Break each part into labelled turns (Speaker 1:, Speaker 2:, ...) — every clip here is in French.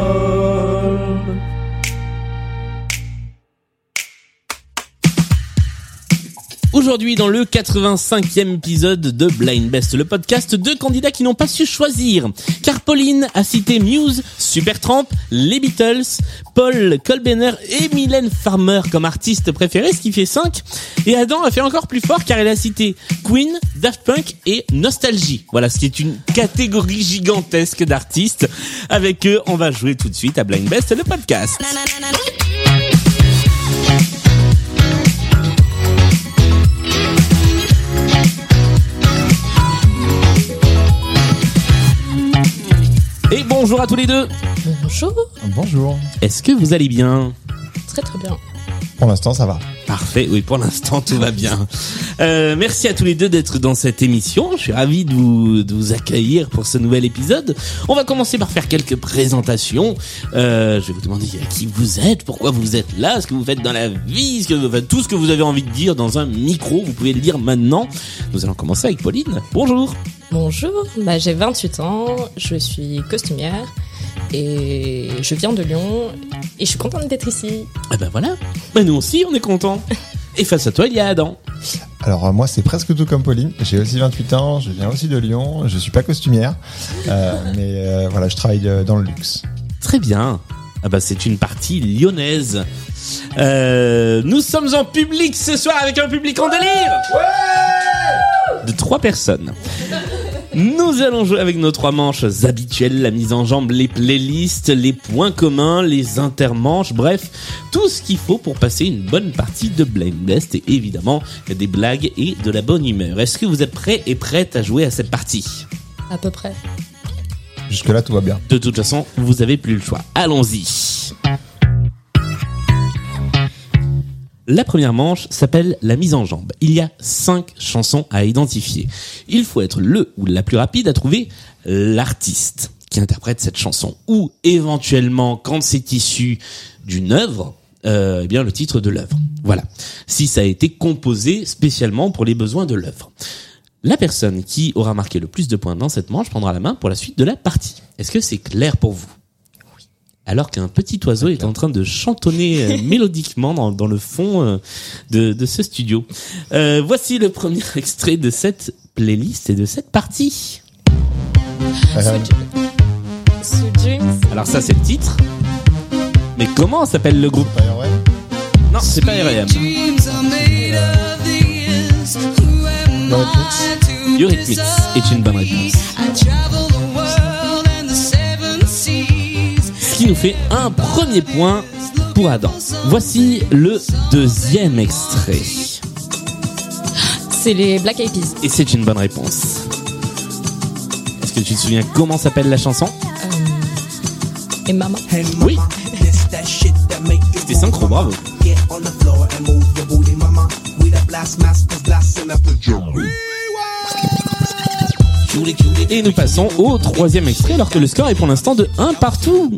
Speaker 1: Microstodome.
Speaker 2: Aujourd'hui, dans le 85e épisode de Blind Best, le podcast, deux candidats qui n'ont pas su choisir. Car Pauline a cité Muse, Supertramp, les Beatles, Paul Colbener et Mylène Farmer comme artistes préférés, ce qui fait 5. Et Adam a fait encore plus fort car elle a cité Queen, Daft Punk et Nostalgie. Voilà, ce qui est une catégorie gigantesque d'artistes. Avec eux, on va jouer tout de suite à Blind Best, le podcast. Et bonjour à tous les deux.
Speaker 3: Bonjour,
Speaker 4: Bonjour.
Speaker 2: Est-ce que vous allez bien
Speaker 3: très très bien.
Speaker 4: Pour l'instant, ça va.
Speaker 2: Parfait, oui, pour l'instant tout va bien. Euh, merci à tous les deux d'être dans cette émission. Je suis ravi de vous, de vous accueillir pour ce nouvel épisode. On va commencer par faire quelques présentations. Euh, je vais vous demander qui vous êtes, pourquoi vous êtes là, ce que vous faites dans la vie, ce que, enfin, tout ce que vous avez envie de dire dans un micro, vous pouvez le dire maintenant. Nous allons commencer avec Pauline. Bonjour.
Speaker 3: Bonjour, bah, j'ai 28 ans, je suis costumière et je viens de Lyon et je suis contente d'être ici.
Speaker 2: Eh ben voilà. Ben nous aussi, on est contents. Et face à toi, il y a Adam.
Speaker 4: Alors euh, moi, c'est presque tout comme Pauline. J'ai aussi 28 ans, je viens aussi de Lyon, je suis pas costumière, euh, mais euh, voilà, je travaille euh, dans le luxe.
Speaker 2: Très bien. Ah bah c'est une partie lyonnaise. Euh, nous sommes en public ce soir avec un public en délire de trois personnes. Nous allons jouer avec nos trois manches habituelles, la mise en jambe, les playlists, les points communs, les intermanches, bref, tout ce qu'il faut pour passer une bonne partie de Blind Best et évidemment des blagues et de la bonne humeur. Est-ce que vous êtes prêts et prêtes à jouer à cette partie
Speaker 3: À peu près.
Speaker 4: Jusque-là, tout va bien.
Speaker 2: de toute façon, vous avez plus le choix. Allons-y. La première manche s'appelle la mise en jambe. Il y a cinq chansons à identifier. Il faut être le ou la plus rapide à trouver l'artiste qui interprète cette chanson ou éventuellement quand c'est issu d'une œuvre, euh, eh bien le titre de l'œuvre. Voilà. Si ça a été composé spécialement pour les besoins de l'œuvre. La personne qui aura marqué le plus de points dans cette manche prendra la main pour la suite de la partie. Est-ce que c'est clair pour vous Alors qu'un petit oiseau est en train de chantonner euh, mélodiquement dans, dans le fond euh, de, de ce studio. Euh, voici le premier extrait de cette playlist et de cette partie.
Speaker 4: Euh,
Speaker 3: Sweet Dreams,
Speaker 2: Alors ça c'est le titre. Mais comment s'appelle le groupe
Speaker 4: c'est pas vrai
Speaker 2: Non, c'est pas R.E.M. Eurythmics est une bonne réponse. Ce qui nous fait un premier point pour Adam. Voici le deuxième extrait.
Speaker 3: c'est les Black Eyed Peas.
Speaker 2: Et c'est une bonne réponse. Est-ce que tu te souviens comment s'appelle la chanson
Speaker 3: Euh, Et maman.
Speaker 2: Oui. C'était synchro, bravo. Et nous passons au troisième extrait alors que le score est pour l'instant de 1 partout.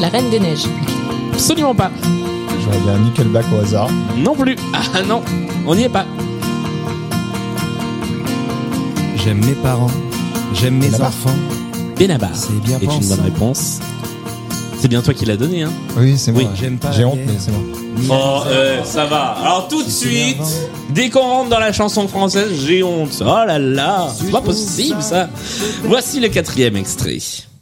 Speaker 3: La Reine des Neiges.
Speaker 2: Absolument pas.
Speaker 4: J'aurais dit un Nickelback au hasard.
Speaker 2: Non plus. Ah non, on n'y est pas.
Speaker 5: J'aime mes parents, j'aime mes
Speaker 4: Benabar.
Speaker 5: enfants.
Speaker 2: Benabar
Speaker 5: C'est bien
Speaker 2: est une
Speaker 5: pensé.
Speaker 2: bonne réponse. C'est bien toi qui l'as donné, hein
Speaker 4: Oui, c'est moi.
Speaker 2: Oui,
Speaker 5: j'aime pas
Speaker 4: J'ai
Speaker 5: la
Speaker 4: honte,
Speaker 5: guerre.
Speaker 4: mais c'est moi.
Speaker 2: Oh, euh, ça va. Alors tout de suite, dès qu'on rentre dans la chanson française, j'ai honte. Oh là là, c'est pas possible ça. Voici le quatrième extrait.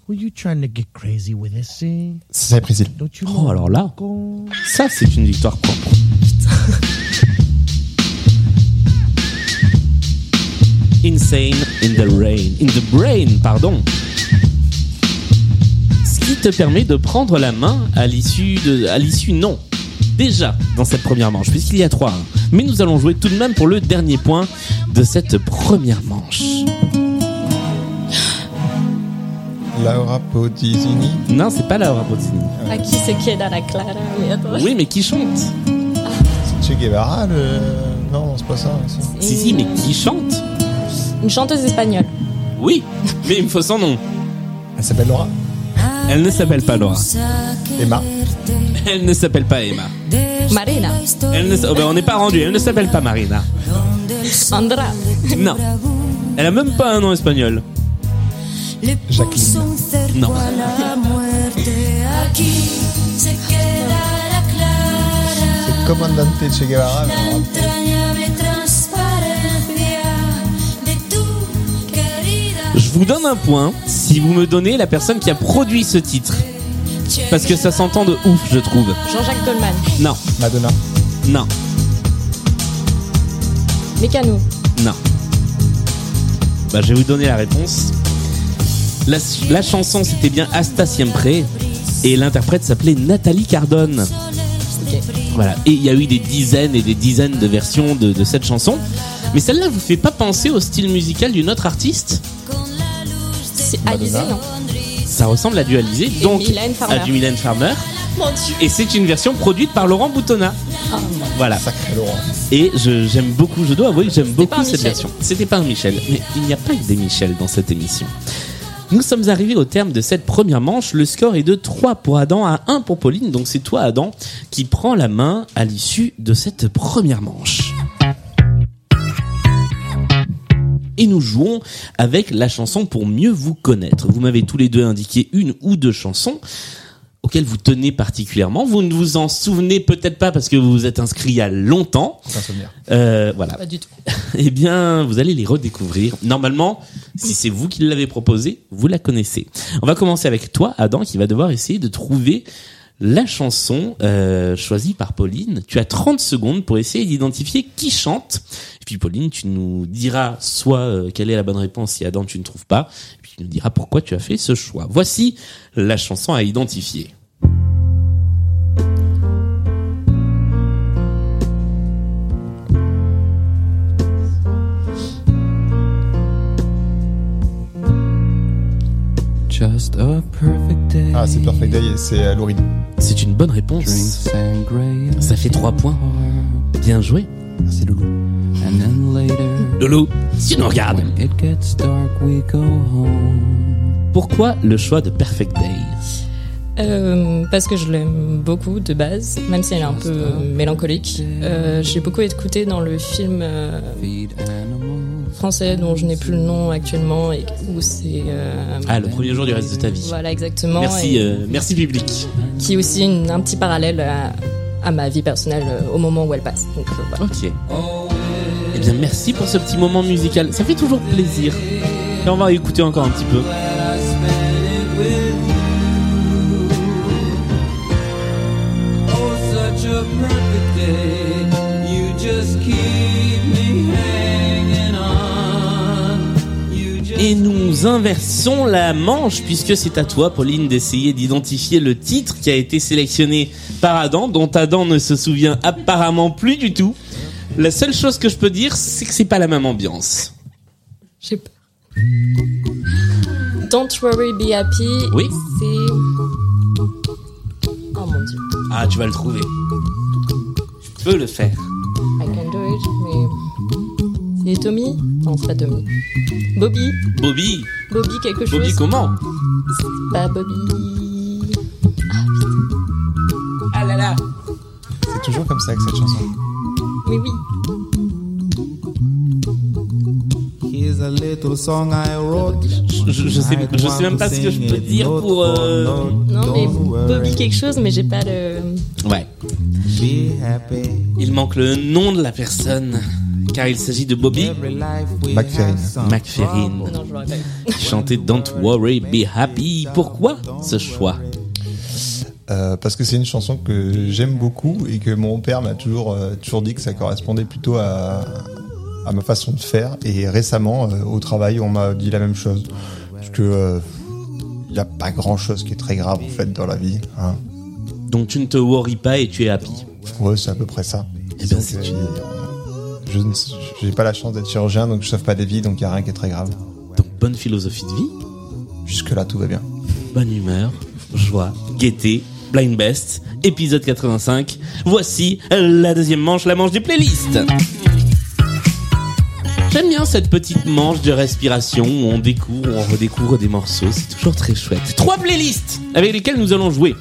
Speaker 6: Were you trying to get crazy with this thing?
Speaker 4: C'est Priscille.
Speaker 6: Don't you
Speaker 2: Oh alors là,
Speaker 6: know?
Speaker 2: ça c'est une victoire propre. Insane in the rain, in the brain, pardon. Ce qui te permet de prendre la main à l'issue de, à l'issue non. Déjà dans cette première manche, puisqu'il y a trois. hein. Mais nous allons jouer tout de même pour le dernier point de cette première manche.
Speaker 4: Laura Potizini.
Speaker 2: Non, c'est pas Laura Pausini.
Speaker 3: À Ah, qui c'est Keda la Clara Oui, attends.
Speaker 2: Oui, mais qui chante
Speaker 4: C'est Che Guevara, le... Non, c'est pas ça. c'est-
Speaker 2: Si, si, mais qui chante
Speaker 3: Une chanteuse espagnole.
Speaker 2: Oui, mais il me faut son nom.
Speaker 4: Elle s'appelle Laura.
Speaker 2: Elle ne s'appelle pas Laura.
Speaker 4: Emma.
Speaker 2: Elle ne s'appelle pas Emma.
Speaker 3: Marina.
Speaker 2: Elle ne s- oh, ben, on n'est pas rendu, elle ne s'appelle pas Marina.
Speaker 3: Andra.
Speaker 2: Non. Elle a même pas un nom espagnol.
Speaker 4: Jacqueline.
Speaker 2: Non.
Speaker 4: C'est Comandante Che Guevara. mais on va-
Speaker 2: Je vous donne un point si vous me donnez la personne qui a produit ce titre. Parce que ça s'entend de ouf, je trouve.
Speaker 3: Jean-Jacques Goldman.
Speaker 2: Non,
Speaker 4: Madonna.
Speaker 2: non,
Speaker 3: Mécano.
Speaker 2: non. Bah, je vais vous donner la réponse. La, la chanson, c'était bien Hasta Siempre. Et l'interprète s'appelait Nathalie Cardone. Voilà. Et il y a eu des dizaines et des dizaines de versions de, de cette chanson. Mais celle-là vous fait pas penser au style musical d'une autre artiste
Speaker 3: C'est Alizé, non
Speaker 2: Ça ressemble à du Alizé, donc
Speaker 3: Mylène Farmer.
Speaker 2: à du Mylène Farmer.
Speaker 3: Mon dieu. Ah.
Speaker 2: Et c'est une version produite par Laurent Boutonnat. Voilà.
Speaker 4: Sacré Laurent.
Speaker 2: Et je- j'aime beaucoup, je dois avouer que j'aime
Speaker 3: pas
Speaker 2: beaucoup
Speaker 3: un
Speaker 2: cette
Speaker 3: Michel.
Speaker 2: version. C'était pas un Michel, mais il n'y a pas que des Michel dans cette émission. Nous sommes arrivés au terme de cette première manche. Le score est de 3 pour Adam à 1 pour Pauline. Donc c'est toi, Adam, qui prend la main à l'issue de cette première manche. Et nous jouons avec la chanson pour mieux vous connaître. Vous m'avez tous les deux indiqué une ou deux chansons auxquelles vous tenez particulièrement. Vous ne vous en souvenez peut-être pas parce que vous vous êtes inscrit il y a longtemps.
Speaker 4: Aucun souvenir.
Speaker 2: Euh, voilà.
Speaker 3: Ah, Pas du tout.
Speaker 2: Eh bien, vous allez les redécouvrir. Normalement, si c'est vous qui l'avez proposé, vous la connaissez. On va commencer avec toi, Adam, qui va devoir essayer de trouver la chanson euh, choisie par Pauline. Tu as 30 secondes pour essayer d'identifier qui chante. Et puis, Pauline, tu nous diras soit euh, quelle est la bonne réponse si Adam, tu ne trouves pas. Et puis, tu nous diras pourquoi tu as fait ce choix. Voici la chanson à identifier.
Speaker 5: Just a perfect day.
Speaker 4: Ah, c'est Perfect Day et c'est euh, Lourine.
Speaker 2: C'est une bonne réponse.
Speaker 5: Drinks and grey
Speaker 2: Ça fait 3 points. Bien joué.
Speaker 4: Merci Loulou.
Speaker 5: And then later,
Speaker 2: Lolo, si tu nous regardes.
Speaker 5: when it gets dark, we go home.
Speaker 2: Pourquoi le choix de Perfect Day
Speaker 3: Euh, parce que je l'aime beaucoup de base, même si elle est
Speaker 2: Ah,
Speaker 3: un peu euh, mélancolique. Euh, J'ai beaucoup écouté dans le film euh,
Speaker 5: Feed animals.
Speaker 3: français dont je n'ai plus le nom actuellement et où c'est. euh,
Speaker 2: Ah, le premier jour du reste de ta vie.
Speaker 3: Voilà, exactement.
Speaker 2: Merci,
Speaker 3: et
Speaker 2: euh, merci public.
Speaker 3: Qui est aussi une- un petit parallèle à, à ma vie personnelle euh, au moment où elle passe. Donc, euh, voilà.
Speaker 2: Ok. Bah, Eh bien, merci pour ce petit moment musical. Ça fait toujours plaisir. Et on va écouter encore un petit peu.
Speaker 1: Oh, such a perfect day. You just keep me hanging on. You just.
Speaker 2: Et nous inversons la manche puisque c'est à toi, Pauline, d'essayer d'identifier le titre qui a été sélectionné par Adam, dont Adam ne se souvient apparemment plus du tout. La seule chose que je peux dire, c'est que c'est pas la même ambiance.
Speaker 3: J'ai peur. Don't worry, be happy.
Speaker 2: Oui.
Speaker 3: C'est. Oh mon dieu.
Speaker 2: Ah, tu vas le trouver. Tu peux le faire.
Speaker 3: I can do it, mais. C'est Tommy Non, c'est pas Tommy. Bobby
Speaker 2: Bobby,
Speaker 3: Bobby quelque chose
Speaker 2: Bobby comment
Speaker 3: Pas Bobby.
Speaker 2: Ah là là.
Speaker 4: C'est toujours comme ça avec cette chanson.
Speaker 3: Mais oui.
Speaker 7: Here's a little song I wrote.
Speaker 2: Je, je sais, je sais même pas ce que je peux dire pour. euh,
Speaker 3: Non, mais Bobby quelque chose, mais j'ai pas le.
Speaker 2: Ouais.
Speaker 7: Be happy.
Speaker 2: Il manque le nom de la personne, car il s'agit de Bobby
Speaker 7: Every life we
Speaker 4: McFerrin.
Speaker 7: have some
Speaker 2: McFerrin,
Speaker 3: Ah Non, je l'aurais pas eu.
Speaker 2: qui chantait Don't Worry, Be Happy. Pourquoi ce choix
Speaker 4: Euh, parce que c'est une chanson que j'aime beaucoup et que mon père m'a toujours, euh, toujours dit que ça correspondait plutôt à, à ma façon de faire. Et récemment, euh, au travail, on m'a dit la même chose. Parce que euh, il n'y a pas grand chose qui est très grave en fait dans la vie. hein.
Speaker 2: Donc tu ne te worry pas et tu es happy.
Speaker 4: Ouais, c'est à peu près ça.
Speaker 2: Eh ben,
Speaker 4: Donc,
Speaker 2: c'est
Speaker 4: euh, Je ne- j'ai pas la chance d'être chirurgien, donc je sauve pas des vies, donc il n'y a rien qui est très grave.
Speaker 2: Donc bonne philosophie de vie,
Speaker 4: Jusque-là, tout va bien.
Speaker 2: bonne humeur, joie, gaieté, blind best, épisode 85. Voici la deuxième manche, la manche des playlists. J'aime bien cette petite manche de respiration où on découvre, où on redécouvre des morceaux. C'est toujours très chouette. Trois playlists avec lesquelles nous allons jouer.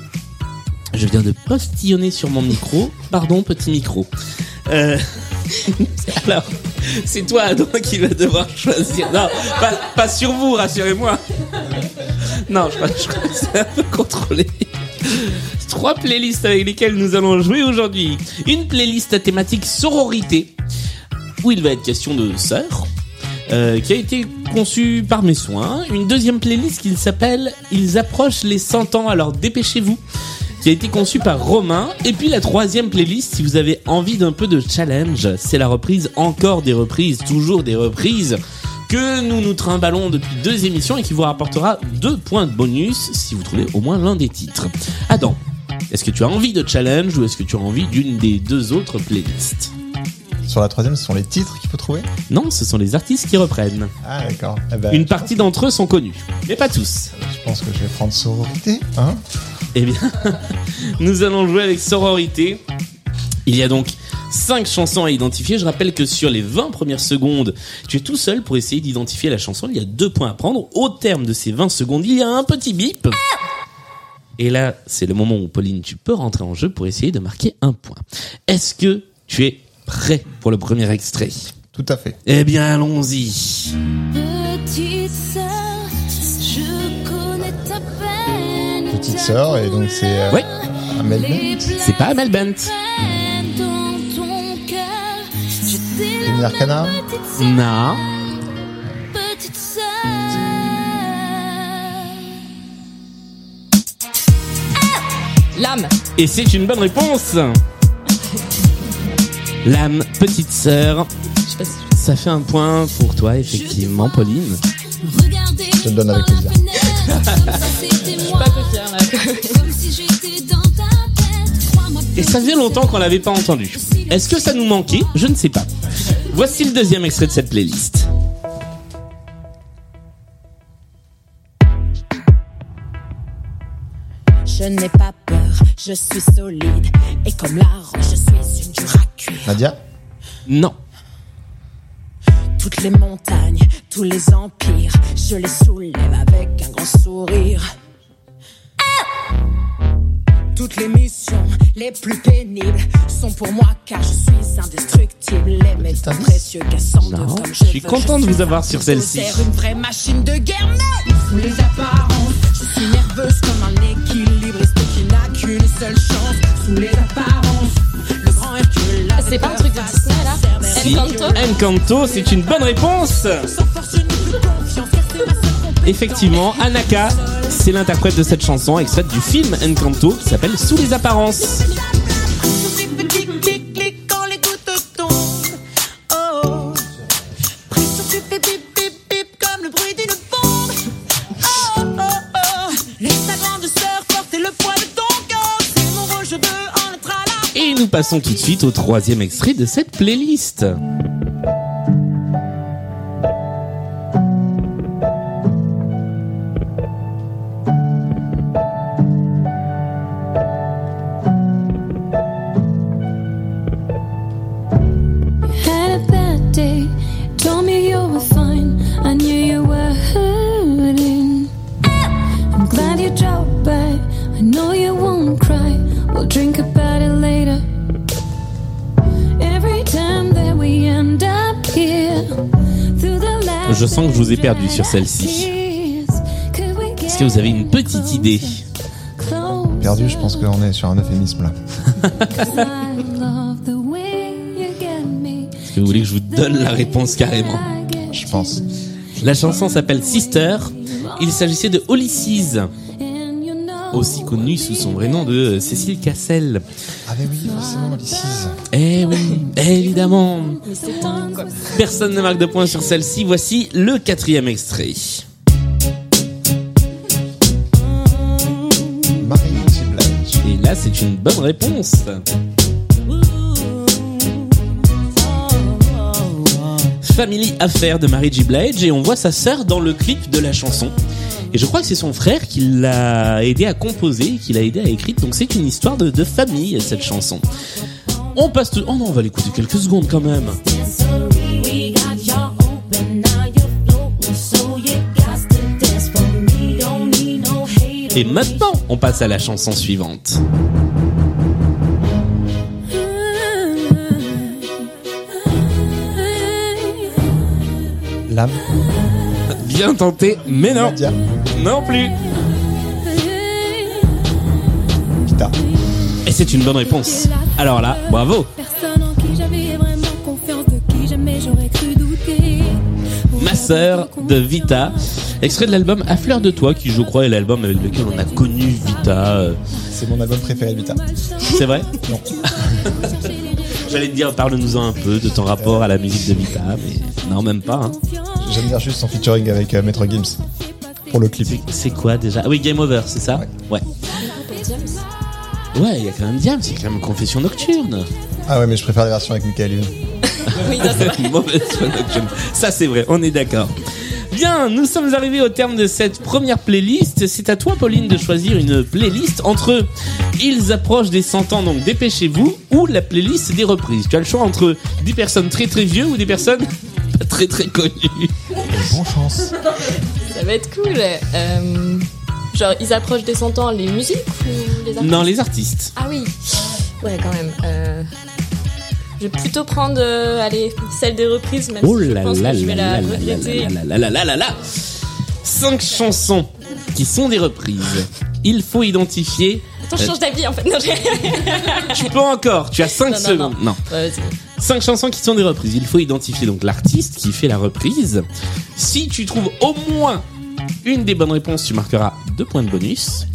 Speaker 2: Je viens de postillonner sur mon micro. Pardon, petit micro. Euh, Alors, c'est toi, Adam, qui va devoir choisir. Non, pas, pas sur vous, rassurez-moi. Non, je crois, je crois que c'est un peu contrôlé. Trois playlists avec lesquelles nous allons jouer aujourd'hui. Une playlist à thématique sororité, où il va être question de sœurs, euh, qui a été conçue par mes soins. Une deuxième playlist qui s'appelle Ils approchent les 100 ans, alors dépêchez-vous qui a été conçue par Romain. Et puis la troisième playlist, si vous avez envie d'un peu de challenge, c'est la reprise, encore des reprises, toujours des reprises, que nous nous trimballons depuis deux émissions et qui vous rapportera deux points de bonus si vous trouvez au moins l'un des titres. Adam, est-ce que tu as envie de challenge ou est-ce que tu as envie d'une des deux autres playlists
Speaker 4: Sur la troisième, ce sont les titres qu'il faut trouver
Speaker 2: Non, ce sont les artistes qui reprennent.
Speaker 4: Ah, d'accord. Eh ben,
Speaker 2: Une
Speaker 4: je
Speaker 2: partie d'entre eux sont connus, mais pas tous.
Speaker 4: pense- Je pense que je vais prendre sororité. Hein
Speaker 2: Eh bien, nous allons jouer avec sororité. Il y a donc 5 chansons à identifier. Je rappelle que sur les 20 premières secondes, tu es tout seul pour essayer d'identifier la chanson. Il y a deux points à prendre. Au terme de ces 20 secondes, il y a un petit bip. Et là, c'est le moment où, Pauline, tu peux rentrer en jeu pour essayer de marquer un point. Est-ce que tu es prêt pour le premier extrait
Speaker 4: Tout à fait.
Speaker 2: Eh bien, allons-y.
Speaker 8: Petite sœur, je connais ta peine.
Speaker 4: Petite sœur, et donc c'est euh,
Speaker 2: Ouais.
Speaker 4: Amel Bent.
Speaker 2: C'est pas Amel Bent.
Speaker 8: Dans ton cœur, je t'ai la
Speaker 4: Lumière Canard.
Speaker 8: petite sœur,
Speaker 2: Non.
Speaker 8: petite sœur.
Speaker 3: L'âme
Speaker 2: Et c'est une bonne réponse L'âme, petite sœur,
Speaker 3: Je sais pas si
Speaker 2: ça fait un point pour toi, effectivement, Pauline.
Speaker 8: Regardez,
Speaker 4: te le donne avec plaisir.
Speaker 3: je suis pas peu fière là.
Speaker 2: Et ça faisait longtemps qu'on l'avait pas entendu. Est-ce que ça nous manquait Je ne sais pas. Voici le deuxième extrait de cette playlist.
Speaker 9: Je n'ai pas peur, je suis solide. Et comme la roche, je suis une dure à cuire.
Speaker 4: Nadia
Speaker 2: Non.
Speaker 9: Toutes les montagnes, tous les empires, je les soulève avec un grand sourire. Ah Toutes les missions les plus pénibles sont pour moi car je suis indestructible. Les métaux
Speaker 4: indice
Speaker 9: précieux cassant de
Speaker 2: Non,
Speaker 9: comme
Speaker 2: je suis
Speaker 9: veux,
Speaker 2: content de vous
Speaker 9: suis
Speaker 2: avoir
Speaker 9: un
Speaker 2: sur celle-ci.
Speaker 9: bulldozer, une vraie machine de guerre neutre sous les apparences. Je suis nerveuse comme un équilibriste qui n'a qu'une seule chance sous les apparences. Le grand Hercule.
Speaker 3: C'est pas un truc de Disney, là
Speaker 2: Si.
Speaker 3: Encanto
Speaker 2: Encanto, c'est une bonne réponse
Speaker 9: Sans force, je n'ai plus confiance, car c'est ma seule compétence.
Speaker 2: Effectivement, Anaka, c'est l'interprète de cette chanson, extraite du film Encanto qui s'appelle Sous les apparences.
Speaker 9: Clic, clic, clic, clic, quand les gouttes tombent. Oh. Pression qui fait bip, bip, bip, comme le bruit d'une bombe. Oh, oh, oh. Laisse ta grande sœur porter le poids de ton corps. C'est mon rôle, je veux en être à la
Speaker 2: Et nous passons tout de suite au troisième extrait de cette playlist.
Speaker 8: Had a bad day, told me you were fine. I knew you were hurting. I'm glad you dropped by. I know you won't cry. We'll drink about it later. Every time that we end up here, through the laughter
Speaker 2: Je sens que je vous ai perdu sur
Speaker 8: and
Speaker 2: celle-ci.
Speaker 8: tears, could we
Speaker 2: Est-ce que vous avez une
Speaker 8: get
Speaker 2: petite idée
Speaker 8: closer?
Speaker 4: Perdu, je pense qu'on est sur un euphémisme là.
Speaker 8: I love the way you get me.
Speaker 2: Est-ce que vous voulez que je vous donne la réponse carrément
Speaker 4: Je pense.
Speaker 2: La chanson s'appelle Sister. Il s'agissait de Holly Seas, aussi connue sous son vrai nom de euh, Cécile Cassel.
Speaker 4: Ah, ben oui, forcément, les six.
Speaker 2: Eh oui, évidemment.
Speaker 3: Mais c'est dingue quoi.
Speaker 2: Personne ne marque de point sur celle-ci. Voici le quatrième extrait.
Speaker 4: Marie, c'est Blanche.
Speaker 2: Et là, c'est une bonne réponse. Family Affair de Mary J. Blige et on voit sa sœur dans le clip de la chanson. Et je crois que c'est son frère qui l'a aidé à composer, qui l'a aidé à écrire. Donc c'est une histoire de, de famille cette chanson. On passe tout. Oh non, on va l'écouter quelques secondes quand même. Et maintenant, on passe à la chanson suivante.
Speaker 4: L'âme.
Speaker 2: Bien tenté, mais non.
Speaker 4: Nadia.
Speaker 2: Non plus.
Speaker 4: Guitare.
Speaker 2: Et c'est une bonne réponse. Alors là, bravo.
Speaker 8: Personne en qui j'avais vraiment confiance, de qui jamais j'aurais cru douter.
Speaker 2: Ma sœur de Vita, extrait de l'album À fleur de toi, qui je crois est l'album avec lequel on a connu Vita. euh,
Speaker 4: C'est mon album préféré de Vita.
Speaker 2: C'est vrai
Speaker 4: Non.
Speaker 2: J'allais te dire, parle-nous-en un peu de ton rapport à la musique de Vita, mais non, même pas. hein.
Speaker 4: J'aime bien juste son featuring avec euh, Maître Gims pour le clip.
Speaker 2: C'est- C'est quoi déjà Ah oui, Game Over, c'est ça Ouais. Ouais, il y a quand même Diams, il y a quand même Confession Nocturne.
Speaker 4: Ah ouais, mais je préfère la version avec Michael Youn.
Speaker 2: Mauvaise foi nocturne. Ça, c'est vrai, on est d'accord. Bien, nous sommes arrivés au terme de cette première playlist. C'est à toi, Pauline, de choisir une playlist entre Ils approchent des 100 ans, donc dépêchez-vous, ou la playlist des reprises. Tu as le choix entre des personnes très très vieux ou des personnes pas très très connues.
Speaker 4: Bonne chance.
Speaker 3: Ça va être cool. Euh, genre, ils approchent des 100 ans, les musiques ou les artistes
Speaker 2: Non, les artistes.
Speaker 3: Ah oui. Ouais, quand même. Euh, je vais plutôt prendre euh, allez, celle des reprises, même
Speaker 2: Oh
Speaker 3: Ah, si je
Speaker 2: là
Speaker 3: pense
Speaker 2: là là
Speaker 3: que je vais la
Speaker 2: là là
Speaker 3: regretter.
Speaker 2: là Oh là là là là là là Cinq chansons qui sont des reprises. Il faut identifier.
Speaker 3: Attends, je change d'avis en fait. Non, j'ai-
Speaker 2: Tu peux encore, tu as cinq
Speaker 3: Non, non,
Speaker 2: secondes. non.
Speaker 3: Ouais, vas-y.
Speaker 2: Cinq chansons qui sont des reprises. Il faut identifier donc l'artiste qui fait la reprise. Si tu trouves au moins une des bonnes réponses, tu marqueras deux points de bonus.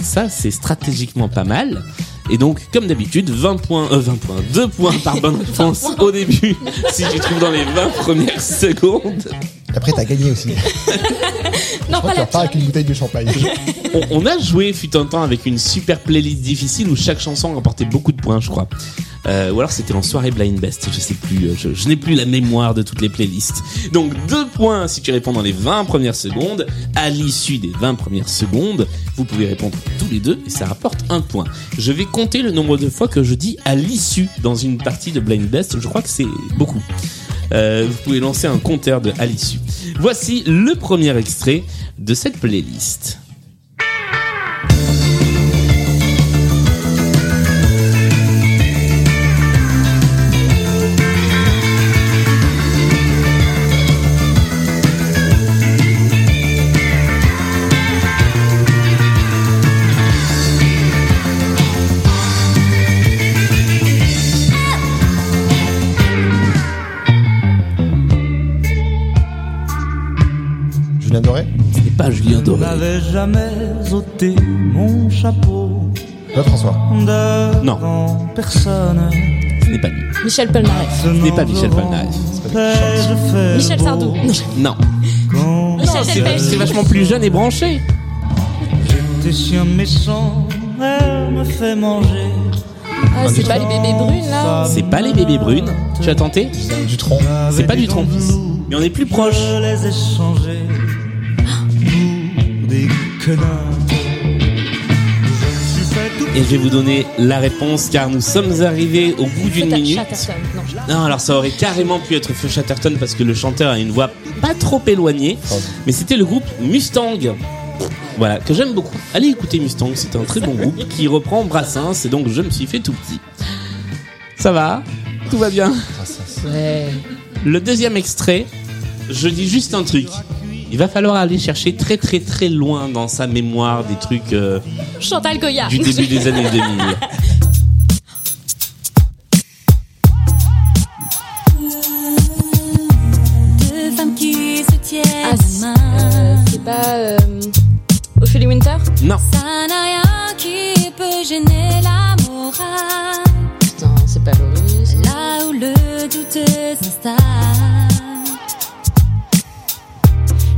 Speaker 2: Ça, c'est stratégiquement pas mal. Et donc, comme d'habitude, 20 points, euh, 20 points, 2 points par bonne réponse au début, si tu trouves dans les 20 premières secondes.
Speaker 4: Après, t'as gagné aussi.
Speaker 3: non pas
Speaker 4: Tu
Speaker 3: la
Speaker 4: repars
Speaker 3: pire.
Speaker 4: avec une bouteille de champagne.
Speaker 2: On, on a joué, fut un temps, avec une super playlist difficile où chaque chanson remportait beaucoup de points, je crois. Euh, ou alors c'était en soirée Blind Best, je sais plus, euh, je, je n'ai plus la mémoire de toutes les playlists. Donc deux points si tu réponds dans les 20 premières secondes. À l'issue des 20 premières secondes, vous pouvez répondre tous les deux et ça rapporte un point. Je vais compter le nombre de fois que je dis à l'issue dans une partie de Blind Best, je crois que c'est beaucoup. Euh, vous pouvez lancer un compteur de à l'issue. Voici le premier extrait de cette playlist.
Speaker 4: Julien Doré
Speaker 2: Ce n'est pas Julien Doré.
Speaker 5: N'avais Oh, jamais ôté mon chapeau
Speaker 4: Pas François.
Speaker 5: devant personne.
Speaker 2: Ce n'est pas lui.
Speaker 3: Michel Polnareff.
Speaker 5: Ce
Speaker 2: n'est pas Michel Polnareff.
Speaker 3: Michel Ah, Sardou. Non,
Speaker 2: Non.
Speaker 3: Michel Delpech.
Speaker 2: Ah, C'est vachement plus jeune et branché.
Speaker 5: T'es chien méchant, elle me fait manger.
Speaker 3: Ah, c'est pas les bébés brunes là
Speaker 2: C'est pas les bébés brunes. Tu as tenté
Speaker 4: Du tronc.
Speaker 2: C'est pas du trompe. Mais on est plus proche.
Speaker 5: Je les ai changés pour des connards.
Speaker 2: Et je vais vous donner la réponse car nous sommes arrivés au bout d'une
Speaker 3: Peut-être
Speaker 2: minute.
Speaker 3: Chatterton. Non, je-
Speaker 2: Non, alors ça aurait carrément pu être Feu Chatterton parce que le chanteur a une voix pas trop éloignée. Mais c'était le groupe Mustang. Voilà, que j'aime beaucoup. Allez écouter Mustang, c'est un très bon groupe qui reprend Brassens et donc je me suis fait tout petit. Ça va Tout va bien Le deuxième extrait, je dis juste un truc. Il va falloir aller chercher très très très loin dans sa mémoire des trucs euh,
Speaker 3: Chantal Goya.
Speaker 2: du début des années 2000.
Speaker 8: Deux femmes qui se tiennent
Speaker 3: Ah, c'est-
Speaker 8: en
Speaker 3: euh,
Speaker 8: main.
Speaker 3: c'est pas euh, Ophélie Winter
Speaker 2: Non,
Speaker 8: Ça n'a rien qui peut gêner la morale.
Speaker 3: Putain, c'est pas Loris.
Speaker 8: Là où le doute s'installe.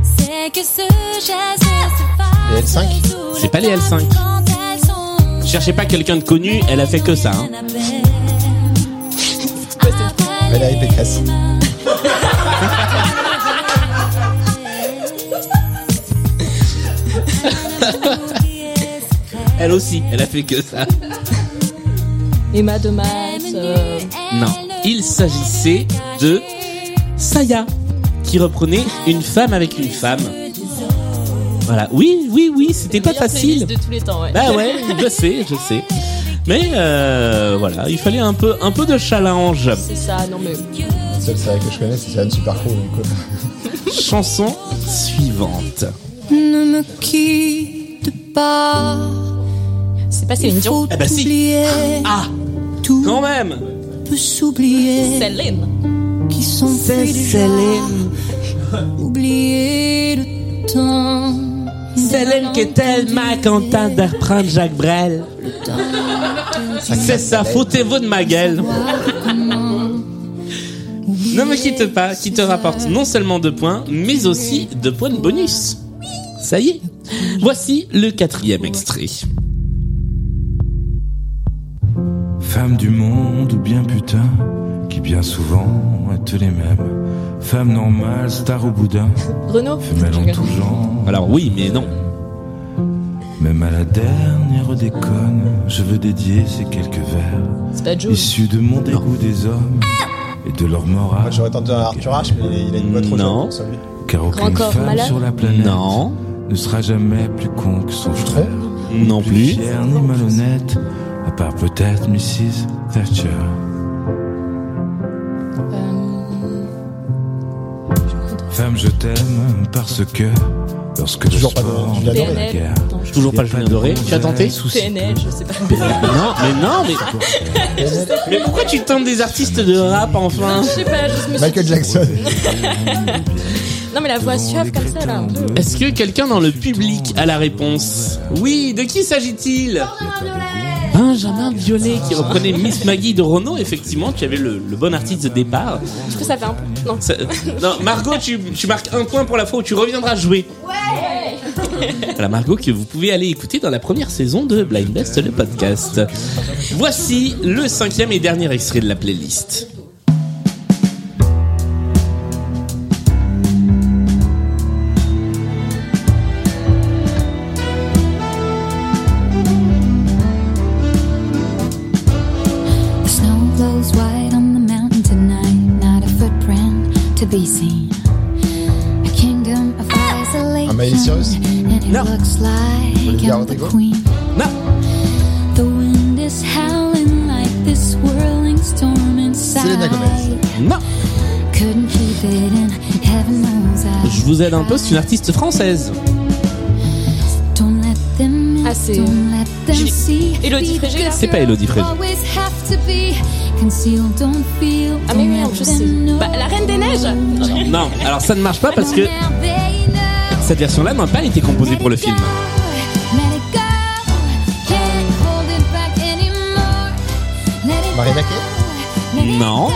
Speaker 8: C'est que ce geste se
Speaker 4: Les
Speaker 8: fasse
Speaker 4: L5?
Speaker 8: sous
Speaker 2: C'est
Speaker 8: la
Speaker 2: pas les
Speaker 8: table
Speaker 2: L5.
Speaker 8: quand elles sont
Speaker 2: cherchez pas quelqu'un de connu, elle a fait que ça. hein.
Speaker 8: à peine.
Speaker 4: Valérie Pécresse.
Speaker 2: Elle aussi, elle a fait que ça.
Speaker 3: Emma de Maas, euh,
Speaker 2: Non, il s'agissait de Saya qui reprenait Une femme avec une femme. Voilà, oui, oui, oui, c'était pas
Speaker 3: meilleure playlist
Speaker 2: facile.
Speaker 3: de tous les temps, ouais.
Speaker 2: Bah ouais, je sais, je sais. Mais euh, voilà, il fallait un peu, un peu de challenge.
Speaker 3: C'est ça, non mais.
Speaker 4: seule série que je connais, c'est Anne Superco. Donc, euh,
Speaker 2: Chanson suivante.
Speaker 8: Ne me quitte pas.
Speaker 3: C'est pas
Speaker 8: Il
Speaker 3: Céline Dion.
Speaker 8: faut
Speaker 2: Eh ben si.
Speaker 8: oublier.
Speaker 2: Ah
Speaker 8: Tout
Speaker 2: Quand même
Speaker 8: peut s'oublier.
Speaker 3: Céline.
Speaker 8: qui s'enfuit déjà. Oublier le temps.
Speaker 2: Celle qui est ma Quentin d'apprendre Jacques Brel. C'est ça, foutez-vous de ma gueule. Ne me quitte pas, qui te rapporte non seulement deux points, mais aussi deux points de bonus. Ça y est. Voici le quatrième extrait.
Speaker 10: Femme du monde ou bien putain, qui bien souvent est les mêmes. Femme normale, star au boudin,
Speaker 3: Renaud.
Speaker 10: femelle en tout genre.
Speaker 2: Alors oui, mais non.
Speaker 10: Même à la dernière déconne, je veux dédier ces quelques vers,
Speaker 3: C'est pas Jules.
Speaker 10: issus de mon dégoût des hommes et de leur morale.
Speaker 4: moi, Ah, j'aurais tenté un Arthur H, mais il est- il a une voix trop jeune
Speaker 2: Non.
Speaker 4: pour celui.
Speaker 10: Car
Speaker 3: Grand
Speaker 10: aucune
Speaker 3: corps
Speaker 10: femme
Speaker 3: malade.
Speaker 10: sur la planète
Speaker 2: Non.
Speaker 10: ne sera jamais plus con que son frère.
Speaker 2: Non
Speaker 10: Plus
Speaker 2: plus.
Speaker 10: fière ni malhonnête, à part peut-être Mrs. Thatcher.
Speaker 3: Euh,
Speaker 10: Femme, je t'aime parce que lorsque
Speaker 4: Toujours
Speaker 10: le
Speaker 4: pas de-
Speaker 10: sport
Speaker 4: tu l'as
Speaker 10: enlève
Speaker 3: adoré.
Speaker 10: la guerre,
Speaker 2: Toujours pas
Speaker 10: y a
Speaker 2: Julien
Speaker 10: de
Speaker 2: Doré.
Speaker 10: bronzette
Speaker 2: Tu as tenté
Speaker 10: sous ses
Speaker 3: PNL, je sais pas.
Speaker 2: Non, mais non, mais, mais pourquoi tu tentes des artistes de rap enfin
Speaker 3: Je sais pas, je me suis
Speaker 4: Michael Jackson.
Speaker 3: Non, mais la voix suave comme ça, là, un peu.
Speaker 2: Est-ce que quelqu'un dans le public a la réponse Oui, de qui s'agit-il Benjamin Violet qui reprenait Miss Maggie de Renault, effectivement, tu avais le, le bon artiste de départ.
Speaker 3: Du coup, ça fait un peu. Non,
Speaker 2: Ça- non, Margot, tu, tu marques un point pour la fois où tu reviendras jouer. Ouais Voilà, Margot, que vous pouvez aller écouter dans la première saison de Blind Best, le podcast. Voici le cinquième et dernier extrait de la playlist.
Speaker 8: The snow glows white on the mountain tonight. Not a footprint to be seen. A kingdom of
Speaker 4: Ah, Miley Cyrus
Speaker 8: isolation. And it
Speaker 2: No.
Speaker 8: looks like
Speaker 4: Olivia
Speaker 8: I'm the
Speaker 4: Rodrigo.
Speaker 8: queen.
Speaker 2: Non
Speaker 8: The wind is howling like this swirling storm
Speaker 4: Selena
Speaker 8: inside.
Speaker 4: Gomez.
Speaker 2: Non
Speaker 8: Couldn't keep it in. Heaven knows I.
Speaker 2: Je vous aide un peu, c'est une artiste française.
Speaker 8: Don't let them in,
Speaker 3: Ah, c'est-
Speaker 8: don't let them
Speaker 3: Julie-
Speaker 8: see.
Speaker 3: Élodie Frégé, là
Speaker 2: C'est pas Élodie Frégé.
Speaker 8: Always have to be concealed, don't feel,
Speaker 3: Ah, mais oui, en
Speaker 8: don't
Speaker 3: plus,
Speaker 8: let
Speaker 3: c'est.
Speaker 8: them know.
Speaker 3: Bah, la Reine des Neiges
Speaker 2: Non, alors ça ne marche pas parce que
Speaker 8: Now they know.
Speaker 2: cette version-là n'a pas été composée
Speaker 8: Let
Speaker 2: pour le
Speaker 8: it
Speaker 2: film.
Speaker 8: go, let it go. Can't hold it back anymore. Let it
Speaker 4: Marina
Speaker 8: go,
Speaker 4: Kaye
Speaker 8: let it
Speaker 2: Non.
Speaker 8: go.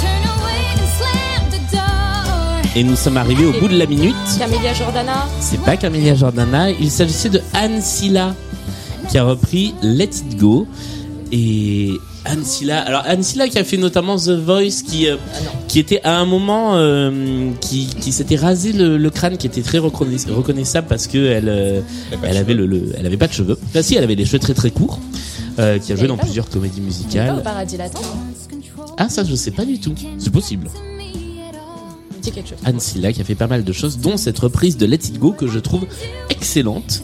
Speaker 8: Turn away and slam the door.
Speaker 2: Et nous sommes arrivés au bout de la minute.
Speaker 3: Camélia Jordana.
Speaker 2: C'est pas Camélia Jordana, il s'agissait de Anne Silla qui a repris Let It Go. Et Anne Silla, alors Anne Silla qui a fait notamment The Voice, qui, euh, qui était à un moment euh, qui, qui s'était rasé le, le crâne, qui était très reconnaiss- reconnaissable parce que elle, euh, elle avait le, le- elle avait pas de cheveux. Enfin, si, elle avait les cheveux très très courts. euh, qui a joué dans plusieurs comédies
Speaker 3: Pas au
Speaker 2: musicales.
Speaker 3: Oh, paradis latin.
Speaker 2: Ah ça je sais pas du tout. C'est possible.
Speaker 8: To me at all.
Speaker 3: Dis quelque chose.
Speaker 2: Anne Silla qui a fait pas mal de choses, dont cette reprise de Let It Go que je trouve excellente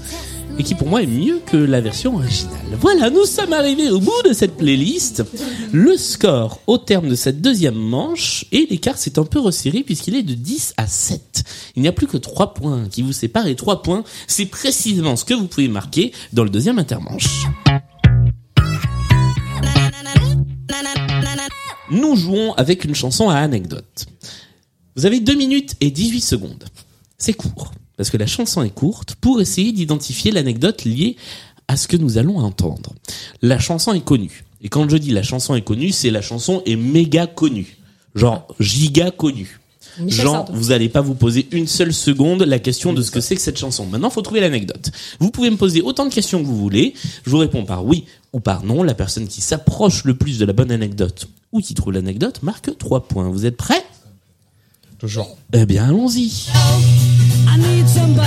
Speaker 2: et qui pour moi est mieux que la version originale. Voilà, nous sommes arrivés au bout de cette playlist. Le score au terme de cette deuxième manche et l'écart s'est un peu resserré puisqu'il est de 10 à 7. Il n'y a plus que 3 points qui vous séparent et 3 points, c'est précisément ce que vous pouvez marquer dans le deuxième intermanche. Nous jouons avec une chanson à anecdote. Vous avez 2 minutes et 18 secondes. C'est court, parce que la chanson est courte, pour essayer d'identifier l'anecdote liée à ce que nous allons entendre. La chanson est connue. Et quand je dis la chanson est connue, c'est la chanson est méga connue. Genre giga connue.
Speaker 3: Michel
Speaker 2: Genre,
Speaker 3: Sardou.
Speaker 2: vous n'allez pas vous poser une seule seconde la question de ce que c'est que cette chanson. Maintenant, faut trouver l'anecdote. Vous pouvez me poser autant de questions que vous voulez. Je vous réponds par oui ou par non. La personne qui s'approche le plus de la bonne anecdote ou qui trouve l'anecdote marque trois points. Vous êtes prêts
Speaker 4: Toujours.
Speaker 2: Eh bien, allons-y.
Speaker 1: I need somebody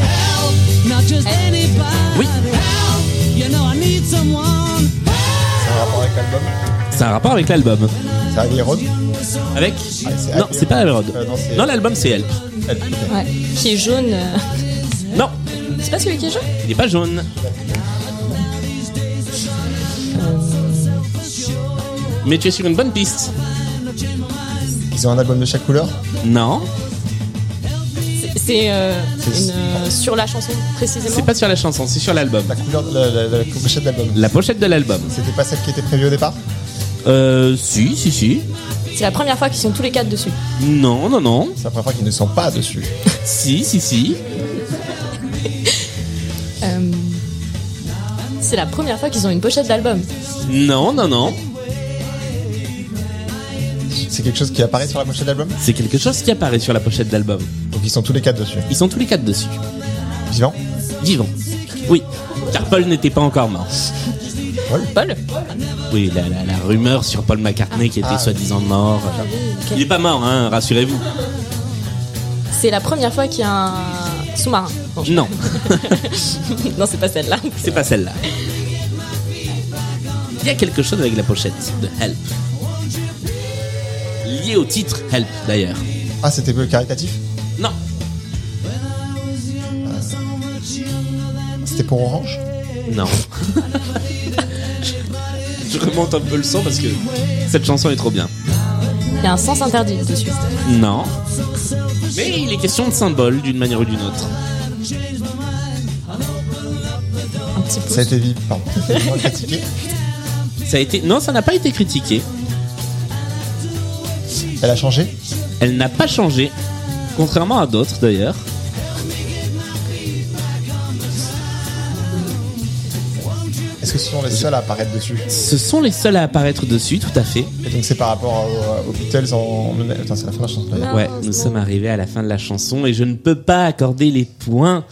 Speaker 1: help, not just anybody
Speaker 2: Oui.
Speaker 1: help. You know I need someone.
Speaker 4: C'est un rapport avec l'album
Speaker 2: C'est un rapport avec l'album.
Speaker 4: C'est Abbey Road
Speaker 2: Avec
Speaker 4: c'est
Speaker 2: Non,
Speaker 4: Abbey
Speaker 2: c'est pas Abbey Road.
Speaker 4: Euh, non, c'est-
Speaker 2: non, l'album c'est Help.
Speaker 4: Elle, putain.
Speaker 3: Ouais. Qui est jaune. euh,
Speaker 2: Non,
Speaker 3: C'est pas celui qui est jaune
Speaker 2: il n'est pas jaune. Mais tu es sur une bonne piste.
Speaker 4: Ils ont un album de chaque couleur
Speaker 2: Non.
Speaker 3: C'est- C'est euh, une, euh, sur la chanson précisément.
Speaker 2: C'est pas sur la chanson, c'est sur l'album.
Speaker 4: La couleur, la, la- la pochette de l'album.
Speaker 2: La pochette de l'album.
Speaker 4: C'était pas celle qui était prévue au départ
Speaker 2: Euh, si, si, si.
Speaker 3: C'est la première fois qu'ils sont tous les quatre dessus.
Speaker 2: Non, non, non.
Speaker 4: C'est la première fois qu'ils ne sont pas dessus.
Speaker 2: Si, si, si.
Speaker 3: Euh, c'est la première fois qu'ils ont une pochette d'album.
Speaker 2: Non, non, non.
Speaker 4: C'est quelque chose qui apparaît sur la pochette d'album
Speaker 2: C'est quelque chose qui apparaît sur la pochette d'album.
Speaker 4: Donc ils sont tous les quatre dessus.
Speaker 2: Ils sont tous les quatre dessus.
Speaker 4: Vivants
Speaker 2: Vivants. Oui. Car Paul n'était pas encore mort.
Speaker 3: Paul
Speaker 2: Oui, la, la- la rumeur sur Paul McCartney qui était
Speaker 4: Ah.
Speaker 2: soi-disant mort.
Speaker 3: Ok.
Speaker 2: Il est pas mort, hein, rassurez-vous.
Speaker 3: C'est la première fois qu'il y a un sous-marin. Non, je-
Speaker 2: Non,
Speaker 3: non, c'est pas celle-là.
Speaker 2: c'est pas celle-là. Il y a quelque chose avec la pochette de Help. Lié au titre Help, d'ailleurs.
Speaker 4: Ah, c'était peu caritatif
Speaker 2: Non,
Speaker 4: C'était pour Orange
Speaker 2: non. Je remonte un peu le son parce que cette chanson est trop bien.
Speaker 3: Il y a un sens interdit dessus.
Speaker 2: Non. Mais il est question de symbole d'une manière ou d'une autre.
Speaker 3: Un petit peu.
Speaker 4: Ça a été vite, pardon. Moins critiqué.
Speaker 2: Ça a été non, ça n'a pas été critiqué.
Speaker 4: Elle a changé
Speaker 2: Elle n'a pas changé, contrairement à d'autres d'ailleurs.
Speaker 4: Est-ce que ce sont les seuls à apparaître dessus
Speaker 2: Ce sont les seuls à apparaître dessus, tout à fait.
Speaker 4: Et donc c'est par rapport au- aux, Beatles en. Attends, c'est la fin de la chanson d'ailleurs.
Speaker 2: Ouais, nous sommes arrivés à la fin de la chanson et je ne peux pas accorder les points.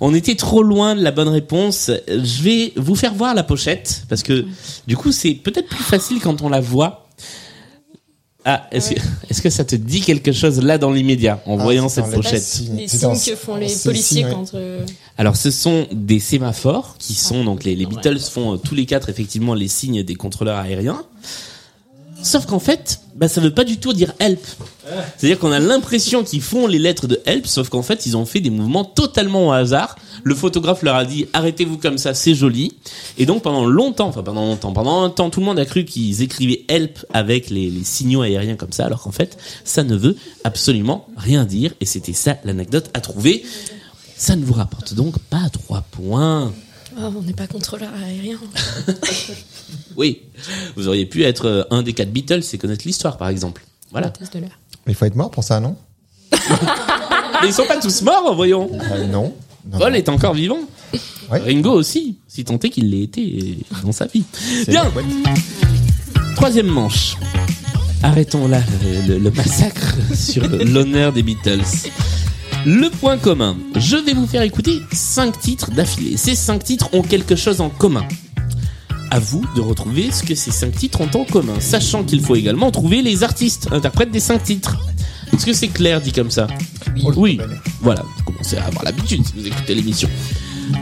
Speaker 2: On était trop loin de la bonne réponse. Je vais vous faire voir la pochette parce que du coup c'est peut-être plus facile quand on la voit. Ah, est-ce que, est-ce que ça te dit quelque chose là dans l'immédiat en
Speaker 4: Ah,
Speaker 2: voyant
Speaker 4: c'est
Speaker 2: cette
Speaker 4: dans les-
Speaker 3: Pas
Speaker 2: pochette
Speaker 3: Les
Speaker 4: C'était en-
Speaker 3: signes que font les
Speaker 4: c'est-
Speaker 3: policiers
Speaker 4: signe, ouais.
Speaker 3: contre. euh,
Speaker 2: Alors, ce sont des sémaphores qui sont donc les, les Beatles font euh, tous les quatre effectivement les signes des contrôleurs aériens. Sauf qu'en fait, bah, ça veut pas du tout dire help. C'est-à-dire qu'on a l'impression qu'ils font les lettres de help, sauf qu'en fait, ils ont fait des mouvements totalement au hasard. Le photographe leur a dit arrêtez-vous comme ça, c'est joli. Et donc, pendant longtemps, enfin pendant longtemps, pendant un temps, tout le monde a cru qu'ils écrivaient help avec les, les signaux aériens comme ça, alors qu'en fait, ça ne veut absolument rien dire. Et c'était ça l'anecdote à trouver. Ça ne vous rapporte donc pas 3 points.
Speaker 3: Oh, on n'est pas contrôleur aérien.
Speaker 2: Oui, vous auriez pu être euh, un des quatre Beatles et connaître l'histoire, par exemple. Voilà.
Speaker 3: Test de l'air.
Speaker 4: Mais il faut être mort pour ça, non
Speaker 2: Mais ils sont pas tous morts, voyons.
Speaker 4: Euh, Non. Non,
Speaker 2: Paul
Speaker 4: non.
Speaker 2: est encore vivant.
Speaker 4: Ouais.
Speaker 2: Ringo aussi, si tant est qu'il l'ait été euh, dans sa vie.
Speaker 4: C'est
Speaker 2: Bien,
Speaker 4: la boîte.
Speaker 2: troisième manche. Arrêtons là le, le- le massacre sur l'honneur des Beatles. Le point commun. Je vais vous faire écouter cinq titres d'affilée. Ces cinq titres ont quelque chose en commun. À vous de retrouver ce que ces cinq titres ont en commun, sachant qu'il faut également trouver les artistes, interprètes des cinq titres. Est-ce que c'est clair dit comme ça Oui. Voilà, vous commencez à avoir l'habitude si vous écoutez l'émission.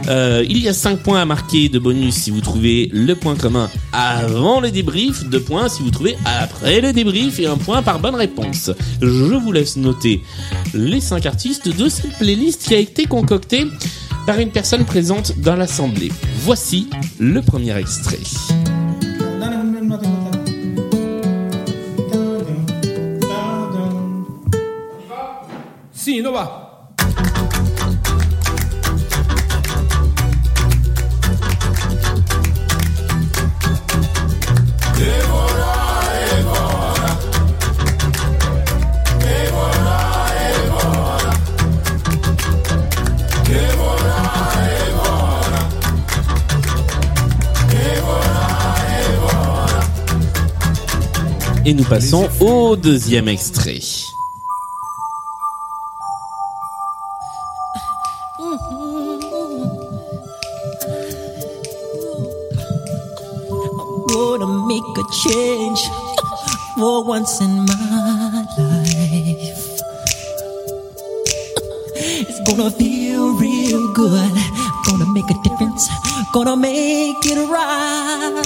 Speaker 2: Euh, il y a 5 points à marquer de bonus si vous trouvez le point commun avant le débrief, 2 points si vous trouvez après le débrief et un point par bonne réponse. Je vous laisse noter les 5 artistes de cette playlist qui a été concoctée par une personne présente dans l'assemblée. Voici le premier extrait.
Speaker 5: Si, Nova.
Speaker 2: Et nous passons au deuxième extrait.
Speaker 9: Gonna make a change for once in my life. It's gonna feel real good. Gonna make a difference. Gonna make it right.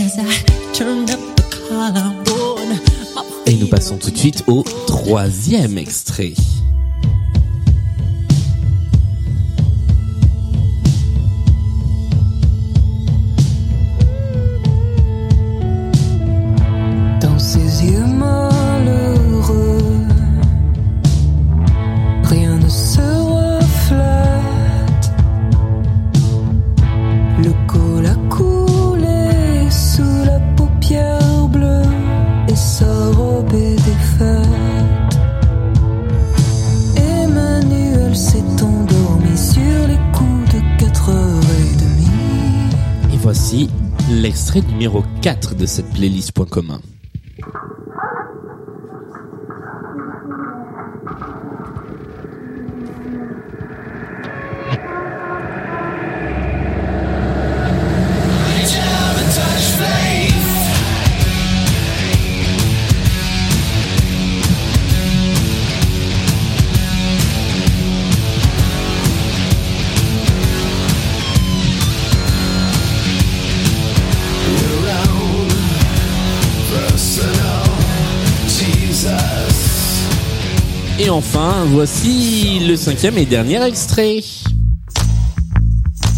Speaker 9: As I turn up the collarbone, my
Speaker 2: Et nous passons tout de suite au troisième extrait.
Speaker 9: Gonna
Speaker 2: Voici l'extrait numéro 4 de cette playlist Point commun. Et enfin, voici le cinquième et dernier extrait.
Speaker 9: Oh,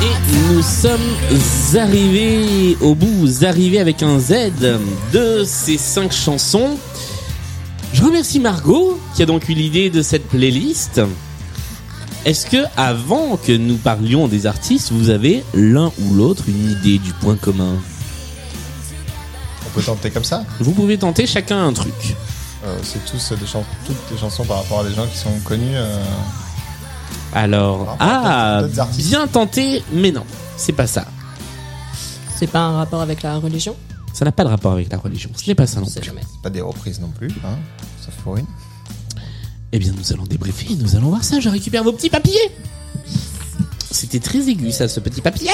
Speaker 2: Et nous sommes arrivés au bout, vous arrivez avec un Z de ces cinq chansons. Je remercie Margot qui a donc eu l'idée de cette playlist. Est-ce que avant que nous parlions des artistes, vous avez l'un ou l'autre une idée du point commun
Speaker 4: On peut tenter comme ça.
Speaker 2: Vous pouvez tenter chacun un truc.
Speaker 4: Euh, c'est tous euh, des chans- toutes des chansons par rapport à des gens qui sont connus. euh,
Speaker 2: Alors,
Speaker 4: Par rapport à
Speaker 2: ah,
Speaker 4: d'autres artistes.
Speaker 2: bien tenté, mais non, c'est pas ça.
Speaker 3: C'est pas un rapport avec la religion
Speaker 2: Ça n'a pas de rapport avec la religion. Ce n'est pas ça non
Speaker 3: On sait
Speaker 2: plus.
Speaker 3: jamais.
Speaker 4: c'est pas des reprises non plus, hein, sauf pour une.
Speaker 2: Eh bien, nous allons débriefer et nous allons voir ça. Je récupère vos petits papiers. C'était très aigu, ça, ce petit papier.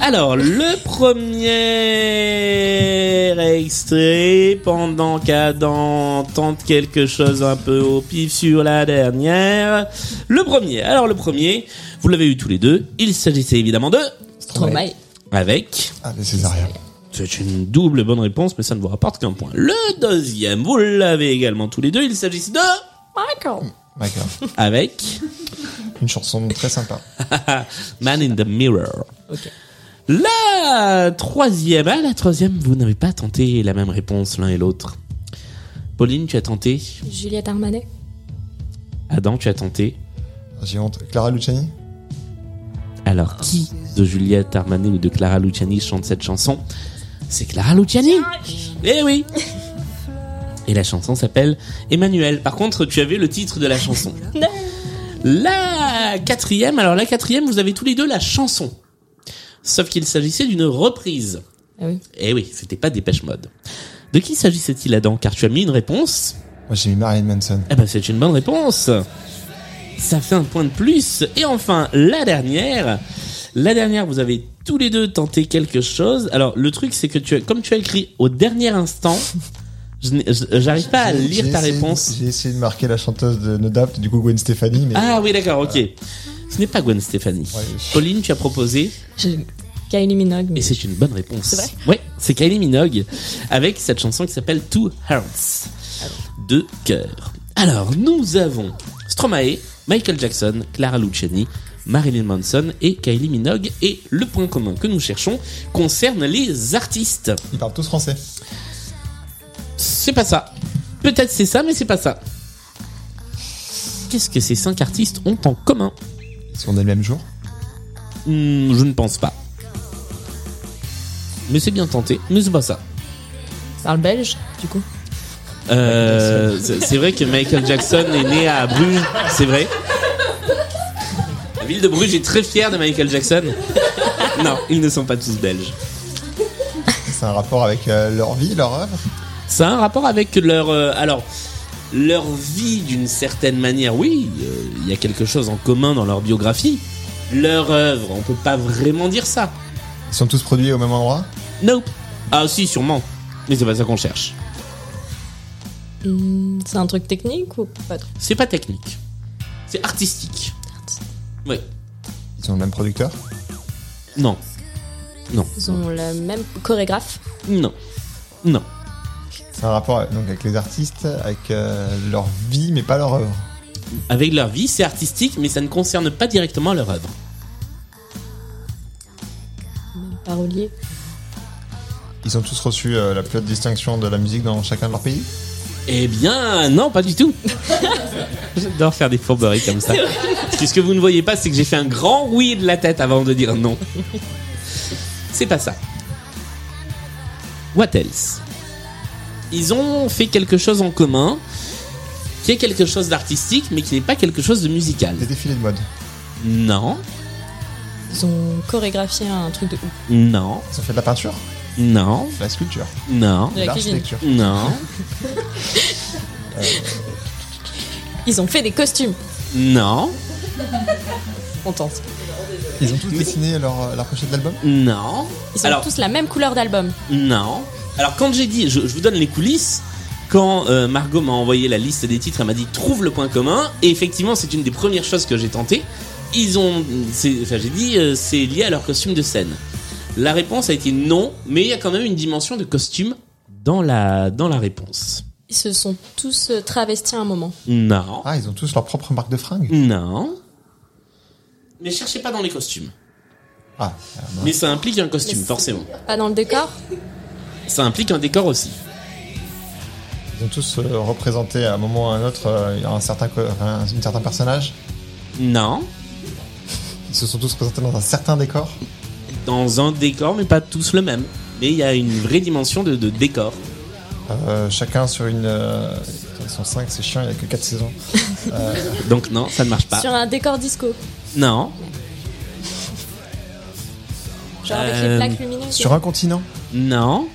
Speaker 2: Alors, le premier extrait, pendant qu'Adam tente quelque chose un peu au pif sur la dernière. Le premier, alors le premier, vous l'avez eu tous les deux, il s'agissait évidemment de...
Speaker 3: Stromae.
Speaker 2: Avec...
Speaker 4: Ah, les Césariens.
Speaker 2: C'est une double bonne réponse, mais ça ne vous rapporte qu'un point. Le deuxième, vous l'avez également tous les deux, il s'agissait de...
Speaker 3: Michael.
Speaker 4: D'accord.
Speaker 2: Avec...
Speaker 4: Une chanson très sympa.
Speaker 2: Man in the Mirror.
Speaker 3: Ok.
Speaker 2: La troisième, ah, la troisième, vous n'avez pas tenté la même réponse l'un et l'autre. Pauline, tu as tenté.
Speaker 3: Juliette Armanet.
Speaker 2: Adam, tu as tenté.
Speaker 4: J'ai honte. Clara Luciani
Speaker 2: Alors, qui de Juliette Armanet ou de Clara Luciani chante cette chanson C'est Clara Luciani Eh oui Et la chanson s'appelle Emmanuel. Par contre, tu avais le titre de la chanson. La quatrième, alors la quatrième, vous avez tous les deux la chanson. Sauf qu'il s'agissait d'une reprise.
Speaker 3: Ah oui.
Speaker 2: Eh oui, c'était pas Dépêche Mode. De qui s'agissait-il, Adam Car tu as mis une réponse.
Speaker 4: Moi j'ai mis Marilyn Manson.
Speaker 2: Eh ben, c'est une bonne réponse. Ça fait un point de plus. Et enfin, la dernière. La dernière, vous avez tous les deux tenté quelque chose. Alors, le truc, c'est que tu as, comme tu as écrit au dernier instant, je n'ai- je- j'arrive pas à
Speaker 4: J'ai-
Speaker 2: lire
Speaker 4: j'ai
Speaker 2: ta
Speaker 4: essayé-
Speaker 2: réponse.
Speaker 4: J'ai essayé de marquer la chanteuse de No Doubt, du coup Gwen Stefani, mais
Speaker 2: Ah oui, d'accord, ok. Ce n'est pas Gwen Stefani.
Speaker 4: Ouais.
Speaker 2: Pauline, tu as proposé.
Speaker 3: J'ai- Kylie Minogue. mais-
Speaker 2: Et c'est une bonne réponse.
Speaker 3: C'est vrai
Speaker 2: Ouais, c'est Kylie Minogue avec cette chanson qui s'appelle Two Hearts. Deux cœurs. Alors, nous avons Stromae, Michael Jackson, Clara Luciani, Marilyn Manson et Kylie Minogue. Et le point commun que nous cherchons concerne les artistes.
Speaker 4: ils parlent tous français.
Speaker 2: C'est pas ça. Peut-être c'est ça, mais c'est pas ça. Qu'est-ce que ces cinq artistes ont en commun
Speaker 4: Ils sont des mêmes jours.
Speaker 2: Hmm, Je ne pense pas. Mais c'est bien tenté, mais c'est pas ça.
Speaker 3: Parle belge, du coup.
Speaker 2: Euh, c'est c'est vrai que Michael Jackson est né à Bruges, c'est vrai. La ville de Bruges est très fière de Michael Jackson. Non, ils ne sont pas tous belges.
Speaker 4: C'est un rapport avec euh, leur vie, leur œuvre.
Speaker 2: Ça a un rapport avec leur... euh, alors, leur vie d'une certaine manière, oui, euh, il y a quelque chose en commun dans leur biographie. Leur œuvre, on peut pas vraiment dire ça.
Speaker 4: Ils sont tous produits au même endroit.
Speaker 2: Nope. Ah si, sûrement. Mais c'est pas ça qu'on cherche.
Speaker 3: Hmm, C'est un truc technique ou pas trop
Speaker 2: C'est pas technique. C'est artistique. Oui.
Speaker 4: Ils ont le même producteur.
Speaker 2: Non. Non.
Speaker 3: Ils ont la même chorégraphe.
Speaker 2: Non. Non.
Speaker 4: C'est un rapport euh, donc, avec les artistes, avec euh, leur vie, mais pas leur œuvre.
Speaker 2: Avec leur vie, c'est artistique, mais ça ne concerne pas directement leur œuvre.
Speaker 3: Même parolier.
Speaker 4: Ils ont tous reçu euh, la plus haute distinction de la musique dans chacun de leurs pays.
Speaker 2: Eh bien, non, pas du tout. J'adore faire des fourberies comme ça. Parce que ce que vous ne voyez pas, c'est que j'ai fait un grand oui de la tête avant de dire non. C'est pas ça. What else Ils ont fait quelque chose en commun qui est quelque chose d'artistique, mais qui n'est pas quelque chose de musical.
Speaker 4: Des défilés de mode.
Speaker 2: Non,
Speaker 3: Ils ont chorégraphié un truc de ouf.
Speaker 2: non,
Speaker 4: Ils ont fait de la peinture,
Speaker 2: non,
Speaker 4: de la sculpture,
Speaker 2: non,
Speaker 3: De
Speaker 4: de
Speaker 3: la cuisine.
Speaker 4: l'architecture.
Speaker 2: non,
Speaker 3: Ils ont fait des costumes.
Speaker 2: non,
Speaker 3: On tente.
Speaker 4: Ils ont tous dessiné leur, leur pochette d'album.
Speaker 2: non.
Speaker 3: Ils ont
Speaker 2: Alors,
Speaker 3: tous la même couleur d'album.
Speaker 2: Non. Alors quand j'ai dit, je, je vous donne les coulisses. Quand euh, Margot m'a envoyé la liste des titres, elle m'a dit trouve le point commun. Et effectivement, c'est une des premières choses que j'ai tenté. Ils ont, c'est- enfin j'ai dit, euh, c'est lié à leur costume de scène. La réponse a été non, mais il y a quand même une dimension de costume dans la dans la réponse.
Speaker 3: Ils se sont tous euh, travestis à un moment.
Speaker 2: Non,
Speaker 4: Ah, ils ont tous leur propre marque de fringues.
Speaker 2: non. Mais cherchez pas dans les costumes.
Speaker 4: Ah, euh, non.
Speaker 2: Mais ça implique un
Speaker 3: Mais
Speaker 2: costume,
Speaker 3: c'est-
Speaker 2: forcément.
Speaker 3: Pas dans le décor
Speaker 2: Ça implique un décor aussi.
Speaker 4: ils ont tous euh, représenté à un moment ou à un autre euh, un certain, co- un, un certain personnage.
Speaker 2: Non,
Speaker 4: Ils se sont tous présentés dans un certain décor.
Speaker 2: dans un décor, mais pas tous le même. Mais il y a une vraie dimension de, de décor.
Speaker 4: Euh, chacun sur une. euh, Ils sont 5, c'est chiant, il n'y a que 4 saisons.
Speaker 2: Donc non, ça ne marche
Speaker 4: Bah.
Speaker 2: pas.
Speaker 3: Sur un décor disco.
Speaker 2: Non,
Speaker 3: Genre avec
Speaker 2: Euh,
Speaker 3: les plaques lumineuses.
Speaker 4: Sur un continent
Speaker 2: non.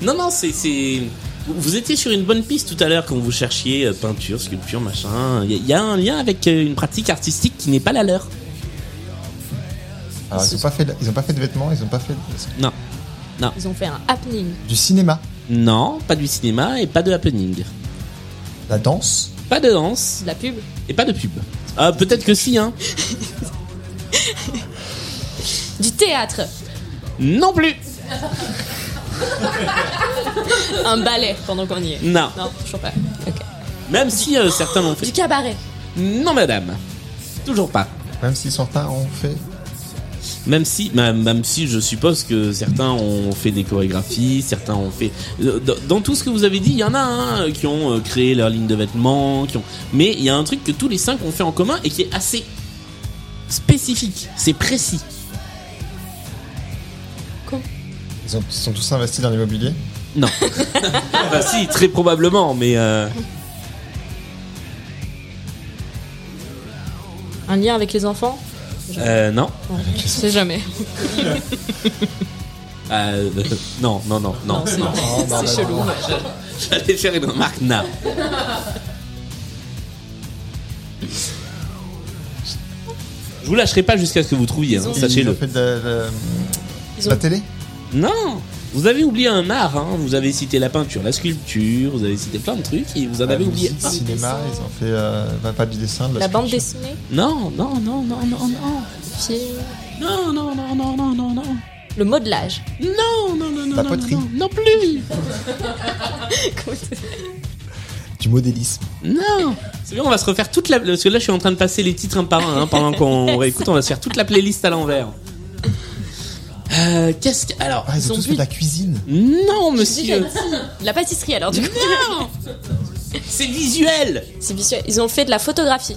Speaker 2: Non, non, c'est... c'est- Vous étiez sur une bonne piste tout à l'heure quand vous cherchiez euh, peinture, sculpture, machin. Il y, a- il y a un lien avec euh, une pratique artistique qui n'est pas la leur.
Speaker 4: Alors, ils n'ont pas, fait de- ils ont pas fait de vêtements, ils n'ont pas fait de-
Speaker 2: Non.
Speaker 3: Ils ont fait un happening.
Speaker 4: du cinéma,
Speaker 2: Non, pas du cinéma et pas de happening.
Speaker 4: la danse.
Speaker 2: Pas de danse
Speaker 3: De la pub.
Speaker 2: et pas de pub. Ah, peut-être que si, hein.
Speaker 3: Du théâtre.
Speaker 2: Non plus
Speaker 3: Un ballet pendant qu'on y est.
Speaker 2: Non.
Speaker 3: Non, toujours pas. Ok.
Speaker 2: Même si euh, certains l'ont
Speaker 3: Du
Speaker 2: fait.
Speaker 3: cabaret.
Speaker 2: Non, madame. Toujours pas.
Speaker 4: Même s'ils sont tard, on fait.
Speaker 2: Même si, même même si je suppose que certains ont fait des chorégraphies, certains ont fait. euh, Dans, dans tout ce que vous avez dit, il y en a hein, qui ont euh, créé leur ligne de vêtements, qui ont. Mais il y a un truc que tous les cinq ont fait en commun et qui est assez spécifique. C'est précis.
Speaker 4: Ils, ont- ils sont tous investis dans l'immobilier.
Speaker 2: Non. bah si, très probablement, mais euh,
Speaker 3: Un lien avec les enfants
Speaker 2: euh, non.
Speaker 3: Je sais jamais.
Speaker 2: Euh, non, non, non, non.
Speaker 3: c'est
Speaker 4: bah,
Speaker 3: c'est chelou.
Speaker 2: J'allais faire une remarque, non. Je vous lâcherai pas jusqu'à ce que vous trouviez, hein,
Speaker 4: Ils ont
Speaker 2: sachez-le.
Speaker 4: fait de, la- la-
Speaker 3: Ils ont-
Speaker 4: la télé.
Speaker 2: Non Vous avez oublié un art, hein. vous avez cité la peinture, la sculpture, vous avez cité plein de trucs et vous en avez
Speaker 4: La
Speaker 2: oublié
Speaker 4: musique,
Speaker 2: un.
Speaker 4: Euh, cinéma, ils ont fait euh, bah, pas du dessin, de la,
Speaker 3: La bande
Speaker 4: sculpture.
Speaker 3: dessinée
Speaker 2: Non, non, non, non, non, non.
Speaker 3: Film
Speaker 2: Non, non, non, non, non, non, non.
Speaker 3: Le modelage.
Speaker 2: Non, non, non, non,
Speaker 4: La
Speaker 2: non,
Speaker 4: poterie.
Speaker 2: non, non plus.
Speaker 4: du modélisme.
Speaker 2: Non. C'est bien, on va se refaire toute la. Parce que là, je suis en train de passer les titres un par un. hein, pendant qu'on réécoute, on va se faire toute la playlist à l'envers. Euh, Qu'est-ce que. Alors,
Speaker 4: Ah, ils, ont, tous fait de la cuisine.
Speaker 2: Non,
Speaker 3: J'ai
Speaker 2: monsieur.
Speaker 3: déjà dit. La pâtisserie alors du coup.
Speaker 2: Non. C'est visuel.
Speaker 3: C'est vicieux. Ils ont fait de la photographie.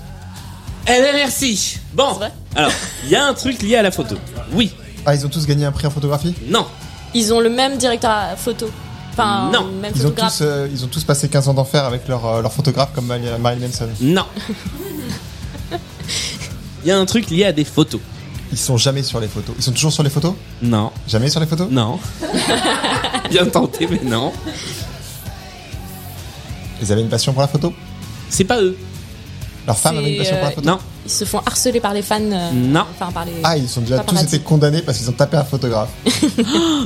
Speaker 2: Eh ben merci. Bon.
Speaker 3: C'est vrai
Speaker 2: Alors, il y a un truc lié à la photo. Oui.
Speaker 4: Ah, ils ont tous gagné un prix en photographie.
Speaker 2: Non.
Speaker 3: Ils ont le même directeur à photo. Enfin,
Speaker 2: Non.
Speaker 3: le même
Speaker 4: Ils ont, tous,
Speaker 3: photographe.
Speaker 4: euh, ils ont tous passé 15 ans d'enfer avec leur, euh, leur photographe comme Mali- Marilyn Manson.
Speaker 2: Non. Il y a un truc lié à des photos.
Speaker 4: Ils sont jamais sur les photos. Ils sont toujours sur les photos
Speaker 2: Non.
Speaker 4: Jamais sur les photos
Speaker 2: Non. Bien tenté, mais non.
Speaker 4: Ils avaient une passion pour la photo
Speaker 2: C'est pas eux.
Speaker 4: Leur femme
Speaker 3: C'est,
Speaker 4: avait une passion pour la
Speaker 3: euh,
Speaker 4: photo
Speaker 2: Non.
Speaker 3: Ils se font harceler par les fans. euh,
Speaker 2: Non.
Speaker 3: Enfin, par les.
Speaker 4: Ah, ils ont déjà tous
Speaker 3: Paparazzi.
Speaker 4: été condamnés parce qu'ils ont tapé un photographe.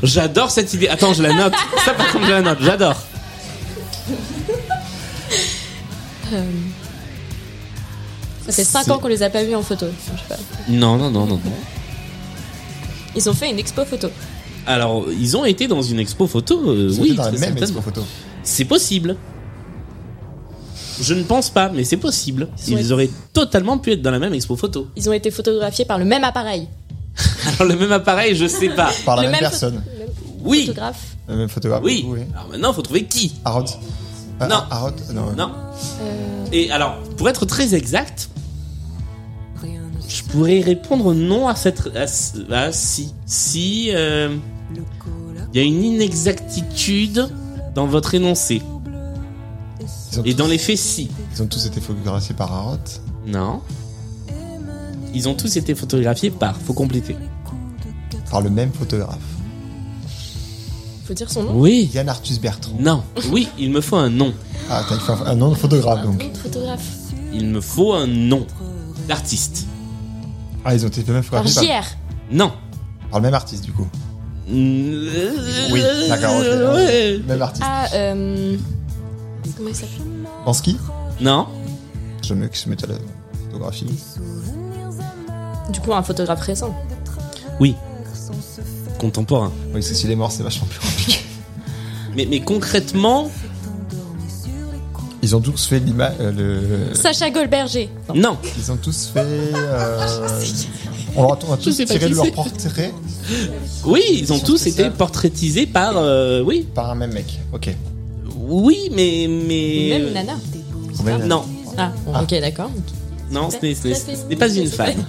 Speaker 2: J'adore cette idée. Attends, je la note. Ça, par contre, je la note. J'adore.
Speaker 3: Ça fait 5
Speaker 4: C'est-
Speaker 3: ans qu'on les a pas vus en photo. Je sais pas.
Speaker 2: Non, non, non, non, non.
Speaker 3: Ils ont fait une expo photo.
Speaker 2: Alors, ils ont été dans une expo photo, euh,
Speaker 4: Ils ont
Speaker 2: oui,
Speaker 4: été dans la
Speaker 2: très
Speaker 4: même
Speaker 2: certainement.
Speaker 4: expo photo.
Speaker 2: C'est possible. Je ne pense pas, mais c'est possible. Ils,
Speaker 3: Ouais.
Speaker 2: auraient totalement pu être dans la même expo photo.
Speaker 3: Ils ont été photographiés par le même appareil.
Speaker 2: Alors, le même appareil, je sais pas.
Speaker 4: Par la
Speaker 3: Le
Speaker 4: même,
Speaker 3: même
Speaker 4: personne.
Speaker 2: Oui,
Speaker 3: Photographe.
Speaker 4: Le même photographe.
Speaker 2: oui.
Speaker 4: oui.
Speaker 2: Alors maintenant, faut trouver qui.
Speaker 4: Harrod. Ah,
Speaker 2: Non.
Speaker 4: Harrod Non.
Speaker 2: Non.
Speaker 3: Euh,
Speaker 2: Et alors, pour être très exact, je pourrais répondre non à cette. À, ce- à si. Si. euh, Il y a une inexactitude dans votre énoncé.
Speaker 4: Ils, ont
Speaker 2: Et
Speaker 4: tous,
Speaker 2: dans les faits, si.
Speaker 4: ils ont tous été photographiés par Harrod.
Speaker 2: Non. Ils ont tous été photographiés par. Faut compléter.
Speaker 4: Par le même photographe.
Speaker 3: faut dire son nom.
Speaker 2: Oui.
Speaker 4: Yann Arthus Bertrand.
Speaker 2: Non. Oui, il me faut un nom.
Speaker 4: Ah, t'as fait un, un nom de photographe donc.
Speaker 3: Nom de photographe.
Speaker 2: Il me faut un nom d'artiste.
Speaker 4: Ah, ils ont été même
Speaker 3: Par
Speaker 4: photographiés
Speaker 3: JR.
Speaker 2: Non.
Speaker 4: par, par le même artiste du coup. Oui,
Speaker 2: Oui,
Speaker 4: d'accord, ok.
Speaker 2: Ouais.
Speaker 4: Même artiste.
Speaker 3: Ah, euh. Comment il s'appelle
Speaker 4: Bansky
Speaker 2: Non.
Speaker 4: Je me je mets à la photographie.
Speaker 3: Du coup, un photographe récent.
Speaker 2: Oui. Contemporain.
Speaker 4: Oui, parce que s'il est mort, c'est vachement plus compliqué.
Speaker 2: Mais, mais concrètement,
Speaker 4: Ils ont tous fait l'image. euh, le...
Speaker 3: Sacha Goldberger.
Speaker 2: non.
Speaker 4: Ils ont tous fait. euh, On leur a, on a tous
Speaker 2: sais pas
Speaker 4: tiré
Speaker 2: qui
Speaker 4: de leur
Speaker 2: c'est.
Speaker 4: portrait
Speaker 2: Oui, ils ont tous
Speaker 4: c'est
Speaker 2: été
Speaker 4: ça.
Speaker 2: portraitisés par. euh, oui,
Speaker 4: par un même mec. Ok.
Speaker 2: oui, mais mais.
Speaker 3: Même Nana.
Speaker 4: Même-
Speaker 2: Non,
Speaker 3: euh, Ah, bon, ok, d'accord.
Speaker 2: non, ce n'est- ce n'est
Speaker 3: Ça fait-
Speaker 2: ce n'est pas une femme.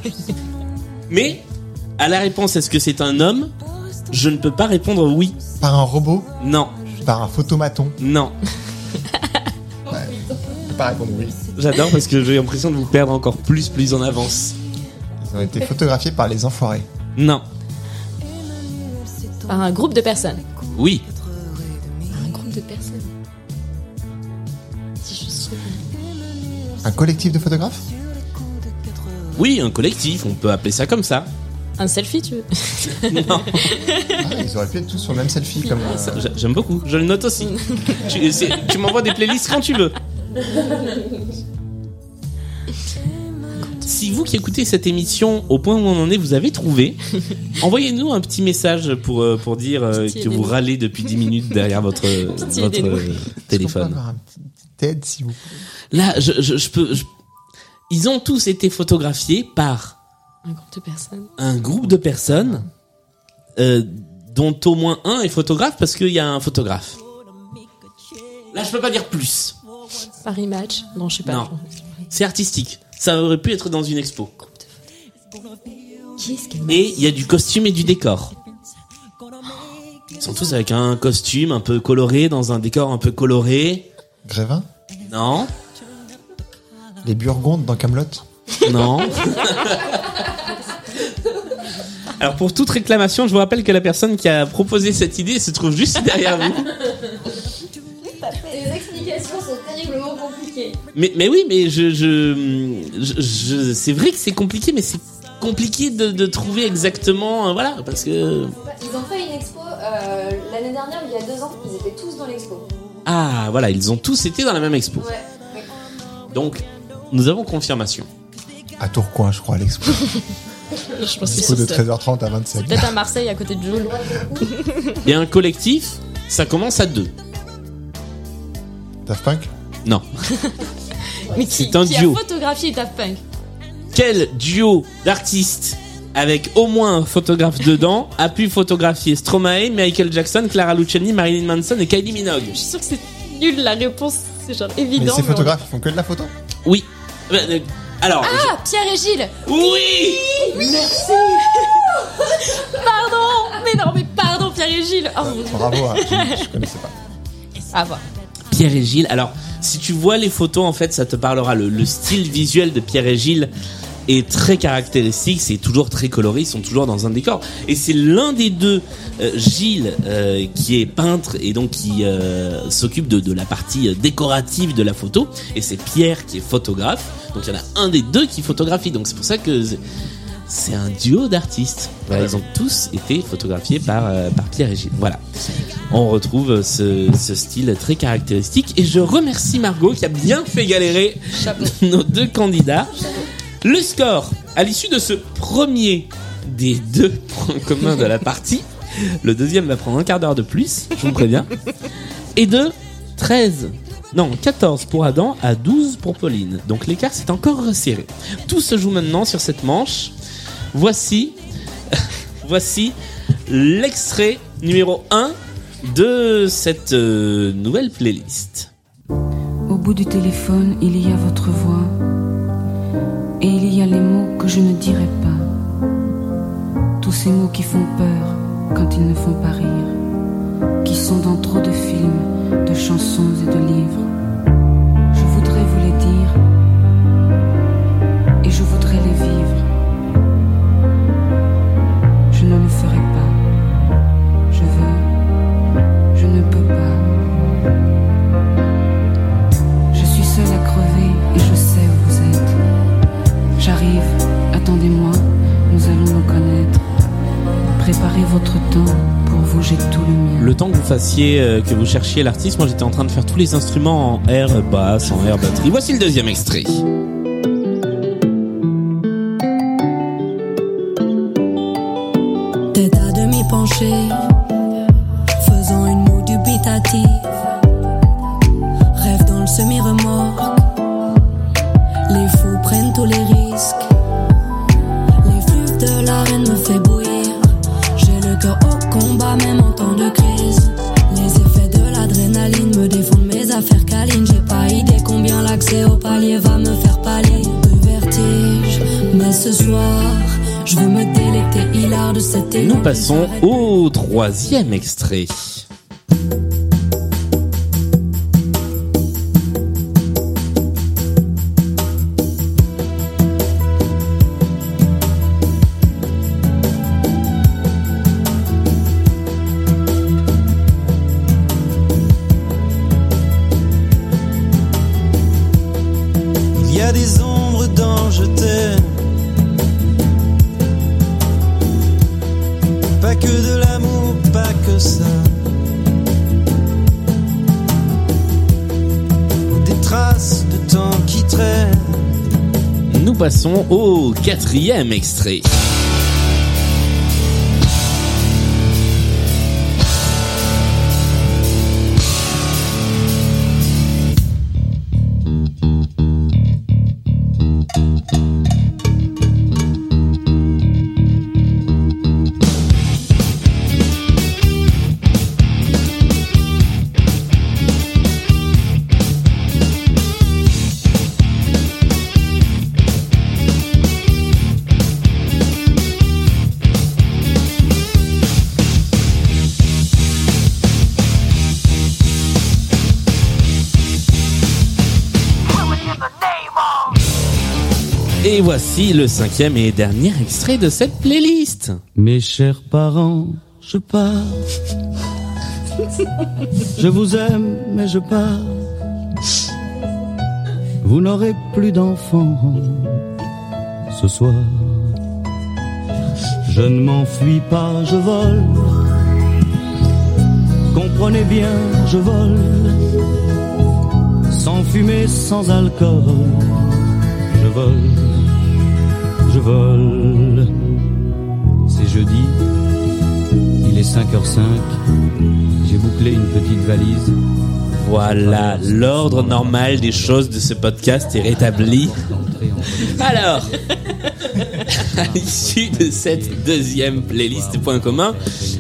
Speaker 2: Mais à la réponse, est-ce que c'est un homme Je ne peux pas répondre oui.
Speaker 4: Par un robot
Speaker 2: Non,
Speaker 4: Par un photomaton
Speaker 2: non.
Speaker 4: Je peux Pas répondre oui.
Speaker 2: J'adore parce que j'ai l'impression de vous perdre encore plus, plus en avance.
Speaker 4: Ils ont été photographiés par les enfoirés.
Speaker 2: Non,
Speaker 3: Par un groupe de personnes.
Speaker 2: oui,
Speaker 3: Un groupe de personnes. Si je trouve-
Speaker 4: Un collectif de photographes
Speaker 2: oui, un collectif, on peut appeler ça comme ça.
Speaker 3: Un selfie, tu veux
Speaker 2: Non,
Speaker 4: Ah, Ils auraient pu être tous sur le même selfie comme. euh,
Speaker 2: ça, j'a- j'aime beaucoup, je le note aussi. tu c'est- tu m'envoies des playlists quand tu veux. Si vous qui écoutez cette émission au point où on en est, vous avez trouvé, envoyez-nous un petit message pour, euh, pour dire euh,
Speaker 3: Pitié
Speaker 2: que vous
Speaker 3: des loups.
Speaker 2: râlez depuis 10 minutes derrière votre, votre
Speaker 3: des loups.
Speaker 2: euh,
Speaker 4: est-ce qu'on peut
Speaker 2: téléphone.
Speaker 4: avoir un petit TED, s'il vous plaît.
Speaker 2: Là, je, je, je peux. je- Ils ont tous été photographiés par
Speaker 3: Un groupe de personnes.
Speaker 2: un groupe de personnes euh, dont au moins un est photographe parce qu'il y a un photographe. Là, je peux pas dire plus.
Speaker 3: Par image. Non, je sais pas.
Speaker 2: Non. C'est artistique. Ça aurait pu être dans une expo.
Speaker 3: Qui est-ce qui
Speaker 2: Et il y a du costume et du décor. Ils sont tous avec un costume un peu coloré, dans un décor un peu coloré.
Speaker 4: Grévin
Speaker 2: Non,
Speaker 4: Les Burgondes dans Camelot
Speaker 2: non. Alors pour toute réclamation, je vous rappelle que la personne qui a proposé cette idée se trouve juste derrière vous.
Speaker 8: Les explications sont terriblement compliquées.
Speaker 2: Mais, mais oui, mais je, je, je, je- c'est vrai que c'est compliqué, mais c'est compliqué de, de trouver exactement, euh, voilà, parce que
Speaker 8: Ils ont fait une expo euh, l'année dernière ou il y a deux ans. Ils étaient tous dans l'expo.
Speaker 2: ah voilà, ils ont tous été dans la même expo.
Speaker 8: Ouais.
Speaker 2: Donc nous avons confirmation.
Speaker 4: À Tourcoing, je crois, l'expo.
Speaker 3: Je pense que
Speaker 4: L'expo
Speaker 3: c'est
Speaker 4: de
Speaker 3: sur ça.
Speaker 4: 13h30 à 27h.
Speaker 3: Peut-être à Marseille, à côté de Joule.
Speaker 2: Il y a un collectif, ça commence à deux.
Speaker 4: Daft Punk
Speaker 2: Non.
Speaker 3: Mais qui,
Speaker 2: C'est un
Speaker 3: qui
Speaker 2: duo.
Speaker 3: a photographié Daft Punk
Speaker 2: Quel duo d'artistes avec au moins un photographe dedans a pu photographier Stromae, Michael Jackson, Clara Luciani, Marilyn Manson et Kylie Minogue
Speaker 3: Je suis sûre que c'est nul la réponse. C'est genre évident.
Speaker 4: Mais ces
Speaker 3: on-
Speaker 4: photographes, ils font que de la photo
Speaker 2: Oui. Euh, euh, Alors. je-
Speaker 3: Ah, Pierre et Gilles
Speaker 2: Oui.
Speaker 3: Pardon Mais non, mais pardon, Pierre et Gilles Oh mon dieu
Speaker 4: Bravo, hein, je, je connaissais pas.
Speaker 3: Ah, voilà.
Speaker 2: Pierre et Gilles. Alors, si tu vois les photos, en fait, ça te parlera. Le, le style visuel de Pierre et Gilles est très caractéristique. C'est toujours très coloré. Ils sont toujours dans un décor. Et c'est l'un des deux, euh, Gilles, euh, qui est peintre et donc qui euh, s'occupe de, de la partie euh, décorative de la photo. Et c'est Pierre qui est photographe. Donc, il y en a un des deux qui photographie. Donc, c'est pour ça que c'est- c'est un duo d'artistes. Voilà, ils ont tous été photographiés par, euh, par Pierre et Gilles. Voilà on retrouve ce, ce style très caractéristique. Et je remercie Margot qui a bien fait galérer nos deux candidats. Le score à l'issue de ce premier des deux point commun de la partie. Le deuxième va prendre un quart d'heure de plus, je vous préviens. Et de 13, non, 14 pour Adam à 12 pour Pauline. Donc l'écart s'est encore resserré. Tout se joue maintenant sur cette manche. Voici, voici l'extrait numéro 1 de cette euh, nouvelle playlist.
Speaker 9: Au bout du téléphone, il y a votre voix. Et il y a les mots que je ne dirai pas. Tous ces mots qui font peur quand ils ne font pas rire. Qui sont dans trop de films, de chansons et de livres. Je voudrais vous les dire. Et je voudrais les vivre. Je ne le ferai pas. Je veux. Je ne peux pas. Je suis seule à crever et je sais où vous êtes. J'arrive, attendez-moi, nous allons nous connaître. Préparez votre temps, pour vous j'ai tout le mien.
Speaker 2: Le temps que vous fassiez, euh, que vous cherchiez l'artiste, moi j'étais en train de faire tous les instruments en air basse, en air batterie. Voici le deuxième extrait.
Speaker 8: Tête à demi penchée, faisant une moue dubitative. Rêve dans le semi-remorque. Les fous prennent tous les risques. L'effluve de l'arène me fait bouillir. J'ai le cœur au combat, même en temps de crise. Les effets de l'adrénaline me défendent mes affaires câlines. J'ai pas idée combien l'accès au palier va me faire pâlir. De vertige, mais ce soir, je veux me délecter hilar de cet élan.
Speaker 2: Nous passons au troisième extrait.
Speaker 5: Il y a des ombres dans Je t'aime. Pas que de l'amour, pas que ça. Des traces de temps qui traînent.
Speaker 2: Nous passons au quatrième extrait. Et voici le cinquième et dernier extrait de cette playlist.
Speaker 5: Mes chers parents, je pars. Je vous aime, mais je pars. Vous n'aurez plus d'enfants ce soir. Je ne m'enfuis pas, je vole. Comprenez bien, je vole. Sans fumée, sans alcool. Je vole, je vole. C'est jeudi, il est 5h05. J'ai bouclé une petite valise.
Speaker 2: Voilà, l'ordre normal des choses de ce podcast est rétabli. Alors, à l'issue de cette deuxième playlist Point commun,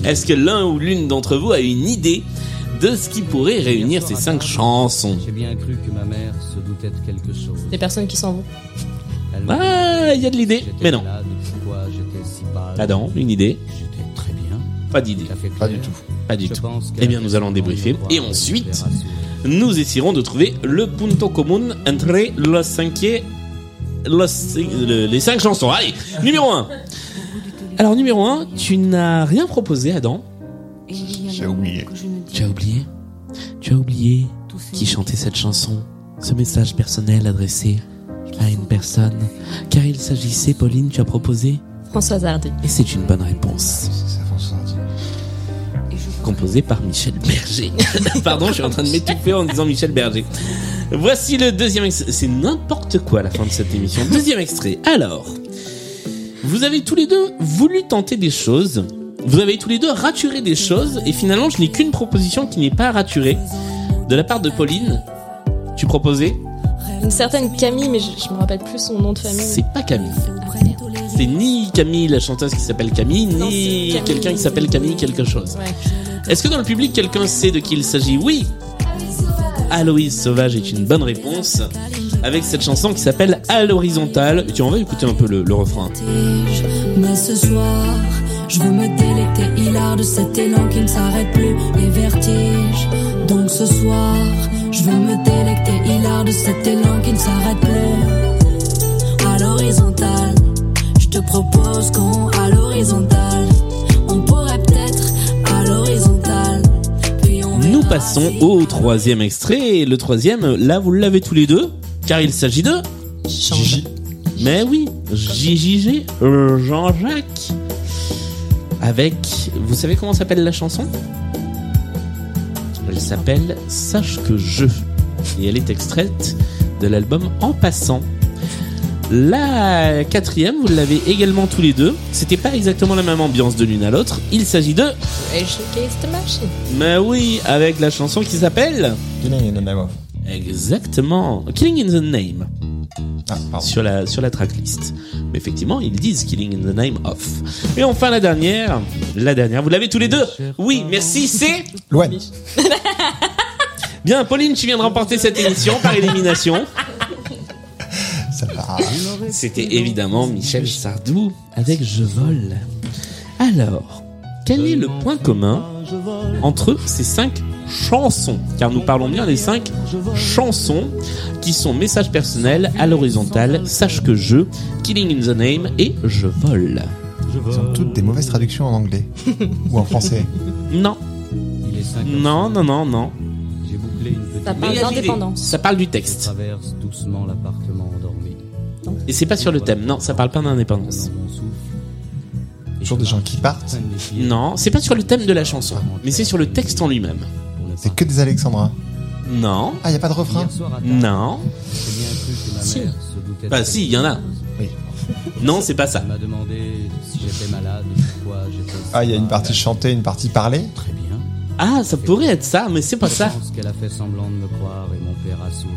Speaker 2: est-ce que l'un ou l'une d'entre vous a une idée de ce qui pourrait réunir ces cinq chansons
Speaker 11: J'ai bien cru que ma mère se doutait de quelque chose.
Speaker 3: Des personnes qui s'en vont.
Speaker 11: Elle m'a
Speaker 2: Ah, il y a de
Speaker 11: dit,
Speaker 2: l'idée,
Speaker 11: j'étais
Speaker 2: mais non.
Speaker 11: malade et pourquoi j'étais si pâle.
Speaker 2: Adam, une idée
Speaker 11: J'étais très bien.
Speaker 2: Pas d'idée.
Speaker 11: Café clair.
Speaker 4: Pas du tout.
Speaker 2: Pas du
Speaker 11: Je
Speaker 2: tout.
Speaker 11: pense que-
Speaker 2: Eh bien, nous allons débriefer. Et ensuite, nous essaierons de trouver le punto commun entre los cinqui- los cin- le- les cinq chansons. Allez, numéro 1. Alors, numéro 1, tu n'as rien proposé, Adam.
Speaker 4: J'ai oublié.
Speaker 2: Tu as oublié Tu as oublié qui chantait cette chanson Ce message personnel adressé à une personne Car il s'agissait, Pauline, tu as proposé
Speaker 3: Françoise Hardy.
Speaker 2: Et c'est une bonne réponse. Composée par Michel Berger. Pardon, je suis en train de m'étouffer en disant Michel Berger. Voici le deuxième extrait. C'est n'importe quoi la fin de cette émission. Deuxième extrait. Alors, Vous avez tous les deux voulu tenter des choses. Vous avez tous les deux raturé des choses. Et finalement, je n'ai qu'une proposition qui n'est pas raturée. De la part de Pauline, tu proposais
Speaker 3: Une certaine Camille, mais je, je me rappelle plus son nom de famille.
Speaker 2: C'est pas Camille. C'est ni Camille, la chanteuse qui s'appelle Camille, ni quelqu'un qui s'appelle Camille quelque chose. Est-ce que dans le public, quelqu'un sait de qui il s'agit Oui Aloïse Sauvage est une bonne réponse. Avec cette chanson qui s'appelle À l'horizontale. Tu en vas écouter un peu le, le refrain.
Speaker 12: Mais ce soir, je veux me délecter hilar de cet élan qui ne s'arrête plus, les vertiges. Donc ce soir, je veux me délecter hilar de cet élan qui ne s'arrête plus. À l'horizontale, je te propose qu'on à l'horizontale. On pourrait peut-être à l'horizontale.
Speaker 2: Nous passons au troisième extrait. Et le troisième, là, vous l'avez tous les deux, car il s'agit de. Gigi. Mais oui, JJG, euh, Jean-Jacques. Avec. Vous savez comment s'appelle la chanson Elle s'appelle Sache que je. Et elle est extraite de l'album En passant. La quatrième, vous l'avez également tous les deux. C'était pas exactement la même ambiance de l'une à l'autre. Il s'agit de. Mais oui, avec la chanson qui s'appelle
Speaker 4: Killing in the Name of.
Speaker 2: Exactement, Killing in the Name.
Speaker 4: Ah,
Speaker 2: sur la sur la tracklist. Mais effectivement, ils disent Killing in the Name of. Et enfin la dernière, la dernière, vous l'avez tous les deux. Oui, merci, c'est
Speaker 4: Loane.
Speaker 2: Bien, Pauline, tu viens de remporter cette émission par élimination. C'était évidemment Michel Sardou avec Je vole. Alors, quel est le point commun entre ces cinq chansons Car nous parlons bien des cinq chansons qui sont Message personnel, À l'horizontale, Sache que je, Killing in the Name et Je vole.
Speaker 4: Ils ont toutes des mauvaises traductions en anglais ou en français.
Speaker 2: Non. Non, non, non, non.
Speaker 13: J'ai bouclé une petite
Speaker 5: Ah,
Speaker 3: Ça parle
Speaker 13: boucle
Speaker 3: d'indépendance.
Speaker 2: Ça parle du texte.
Speaker 13: qui traverse doucement l'appartement endormi.
Speaker 2: Et c'est pas sur le thème, non, ça parle pas d'indépendance.
Speaker 4: Toujours des gens qui partent.
Speaker 2: Non, c'est pas sur le thème de la chanson, mais c'est sur le texte en lui-même.
Speaker 4: C'est que des Alexandrins.
Speaker 2: Non.
Speaker 4: Ah, y a pas de refrain.
Speaker 2: Non.
Speaker 13: C'est bien plus que ma
Speaker 4: Si.
Speaker 13: mère se doutait.
Speaker 2: Bah si, il y en a. Non, c'est pas ça.
Speaker 13: Elle m'a demandé si j'étais malade, pourquoi j'étais.
Speaker 4: Ah, il y a une partie chantée, une partie parlée.
Speaker 2: Ah, ça pourrait être ça, mais c'est pas
Speaker 13: Je
Speaker 2: ça.
Speaker 13: pense qu'elle a fait semblant de me croire et mon père a souri.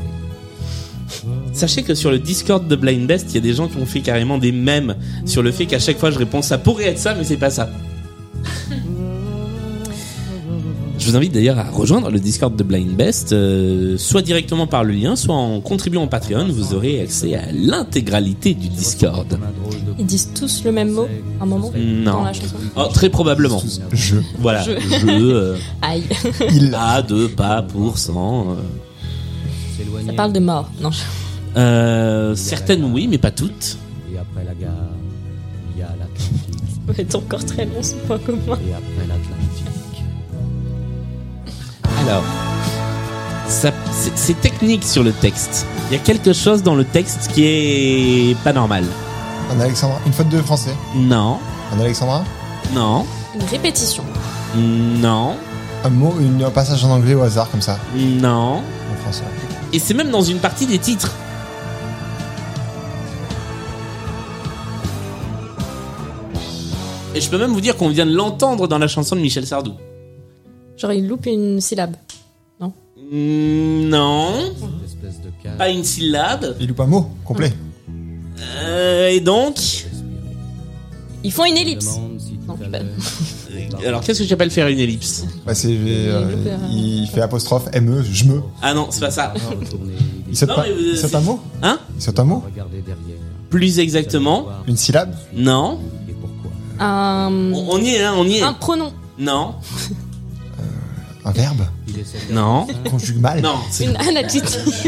Speaker 2: Sachez que sur le Discord de Blind Best, il y a des gens qui ont fait carrément des mèmes sur le fait qu'à chaque fois je réponds ça pourrait être ça, mais c'est pas ça. Je vous invite d'ailleurs à rejoindre le Discord de Blind Best, euh, soit directement par le lien, soit en contribuant au Patreon, vous aurez accès à l'intégralité du Discord.
Speaker 3: Ils disent tous le même mot, un moment, dans
Speaker 2: Non.
Speaker 3: la chanson.
Speaker 2: Oh, très probablement.
Speaker 4: Je.
Speaker 2: Voilà.
Speaker 3: Je.
Speaker 2: Je. euh,
Speaker 3: Aïe.
Speaker 2: il a deux pas pour cent. euh.
Speaker 3: Ça parle de mort. Non. je-
Speaker 2: Euh, certaines oui, mais pas toutes.
Speaker 13: Et après la gare, il y a l'Atlantique.
Speaker 3: Ça va être encore très long ce point commun.
Speaker 13: Et après l'Atlantique.
Speaker 2: Alors, ça- c'est c'est technique sur le texte. Il y a quelque chose dans le texte qui est pas normal.
Speaker 4: Un Alexandrin. Une faute de français.
Speaker 2: Non,
Speaker 4: Un Alexandrin.
Speaker 2: non,
Speaker 3: Une répétition.
Speaker 2: non,
Speaker 4: Un mot, une- un passage en anglais au hasard comme ça.
Speaker 2: non.
Speaker 4: En français.
Speaker 2: Et c'est même dans une partie des titres. Et je peux même vous dire qu'on vient de l'entendre dans la chanson de Michel Sardou.
Speaker 3: Genre il loupe une syllabe.
Speaker 2: Mm, Non,
Speaker 13: Cette espèce de cage.
Speaker 2: pas une syllabe.
Speaker 4: Il ou un mot complet.
Speaker 2: Euh, et donc
Speaker 3: Ils font une ellipse.
Speaker 13: Demande si tout
Speaker 3: Non,
Speaker 13: à
Speaker 3: je sais pas.
Speaker 13: l'heure.
Speaker 2: Alors qu'est-ce que j'appelle faire une ellipse
Speaker 4: Bah, c'est, euh,
Speaker 3: Il opère.
Speaker 4: il fait apostrophe me, je me.
Speaker 2: Ah non, c'est pas ça.
Speaker 13: Retourner,
Speaker 4: Il saute
Speaker 2: Non,
Speaker 4: pas.
Speaker 2: mais vous-
Speaker 4: il saute un mot.
Speaker 2: Hein
Speaker 4: Il saute un mot.
Speaker 13: regarder derrière.
Speaker 2: Plus exactement.
Speaker 13: Voir
Speaker 4: Une syllabe.
Speaker 2: Non.
Speaker 13: et pourquoi.
Speaker 3: Un,
Speaker 2: On, on y est, hein, on y est.
Speaker 3: un pronom.
Speaker 2: Non.
Speaker 4: Un verbe.
Speaker 13: Il essaie de
Speaker 2: Non.
Speaker 4: Conjugue mal.
Speaker 2: Non. c'est-
Speaker 3: Une, un adjectif.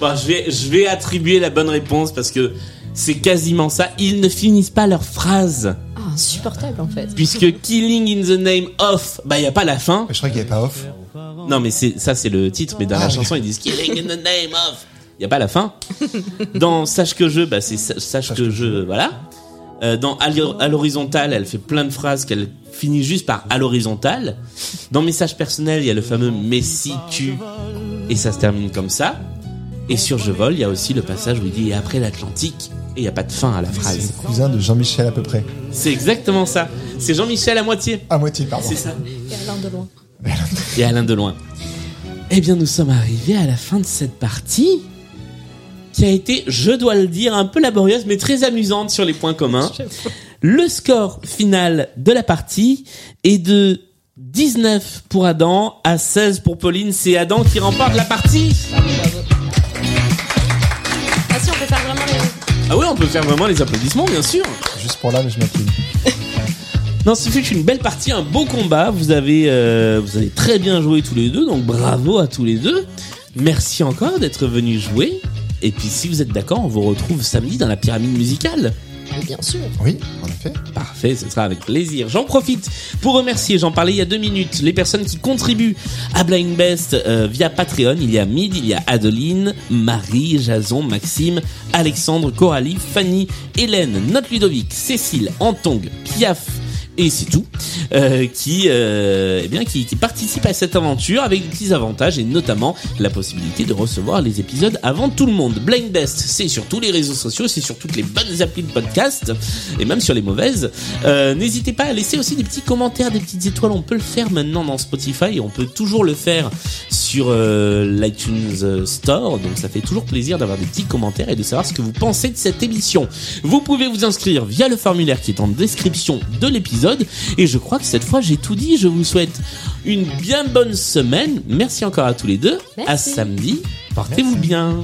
Speaker 2: Bon, je vais, je vais attribuer la bonne réponse parce que c'est quasiment ça. Ils ne finissent pas leur phrase.
Speaker 3: Ah, insupportable en fait.
Speaker 2: Puisque killing in the name of, bah, y a pas la fin.
Speaker 4: Je crois qu'il n'y avait pas off.
Speaker 2: Non, mais c'est, ça, c'est le titre, mais dans la
Speaker 4: Ah.
Speaker 2: chanson, ils disent killing in the name of. Y a pas la fin. Dans Sache que je, bah, c'est sa- Sache que je, voilà. Euh, dans À l'hor- à l'horizontale, elle fait plein de phrases qu'elle finit juste par à l'horizontale. Dans Message personnel, il y a le fameux Mais si tu. Et ça se termine comme ça. Et sur Je vole, il y a aussi le passage où il dit Et après l'Atlantique. Et il n'y a pas de fin à la
Speaker 4: C'est
Speaker 2: phrase.
Speaker 4: le cousin de Jean-Michel à peu près.
Speaker 2: C'est exactement ça. C'est Jean-Michel à moitié.
Speaker 4: À moitié, pardon.
Speaker 2: C'est ça.
Speaker 3: Et Alain de loin.
Speaker 2: Et Alain Deloin. Eh bien, nous sommes arrivés à la fin de cette partie qui a été, je dois le dire, un peu laborieuse mais très amusante sur les points communs. Le score final de la partie est de 19 pour Adam à 16 pour Pauline. C'est Adam qui remporte la partie.
Speaker 3: Ah si, on peut faire vraiment les...
Speaker 2: Ah oui, on peut faire vraiment les applaudissements, bien sûr.
Speaker 4: Juste pour là, mais je m'incline.
Speaker 2: Non, ce fut une belle partie, un beau combat. Vous avez, euh, vous avez très bien joué tous les deux, donc bravo à tous les deux. Merci encore d'être venus jouer. Et puis, si vous êtes d'accord, on vous retrouve samedi dans la pyramide musicale.
Speaker 3: Bien sûr.
Speaker 4: Oui, en effet.
Speaker 2: Parfait, ce sera avec plaisir. J'en profite pour remercier, j'en parlais il y a deux minutes, les personnes qui contribuent à Blind Best euh, via Patreon. Il y a Mid, il y a Adeline, Marie, Jason, Maxime, Alexandre, Coralie, Fanny, Hélène, Note Ludovic, Cécile, Antong, Piaf. Et c'est tout, euh, qui, euh, eh bien, qui, qui participe à cette aventure avec des petits avantages et notamment la possibilité de recevoir les épisodes avant tout le monde. Blind Best, c'est sur tous les réseaux sociaux, c'est sur toutes les bonnes applis de podcast et même sur les mauvaises. Euh, N'hésitez pas à laisser aussi des petits commentaires, des petites étoiles. On peut le faire maintenant dans Spotify et on peut toujours le faire sur euh, l'iTunes Store. Donc ça fait toujours plaisir d'avoir des petits commentaires et de savoir ce que vous pensez de cette émission. Vous pouvez vous inscrire via le formulaire qui est en description de l'épisode. Et je crois que cette fois j'ai tout dit. Je vous souhaite une bien bonne semaine. Merci encore à tous les deux. À
Speaker 3: Merci.
Speaker 2: samedi. Portez-vous bien.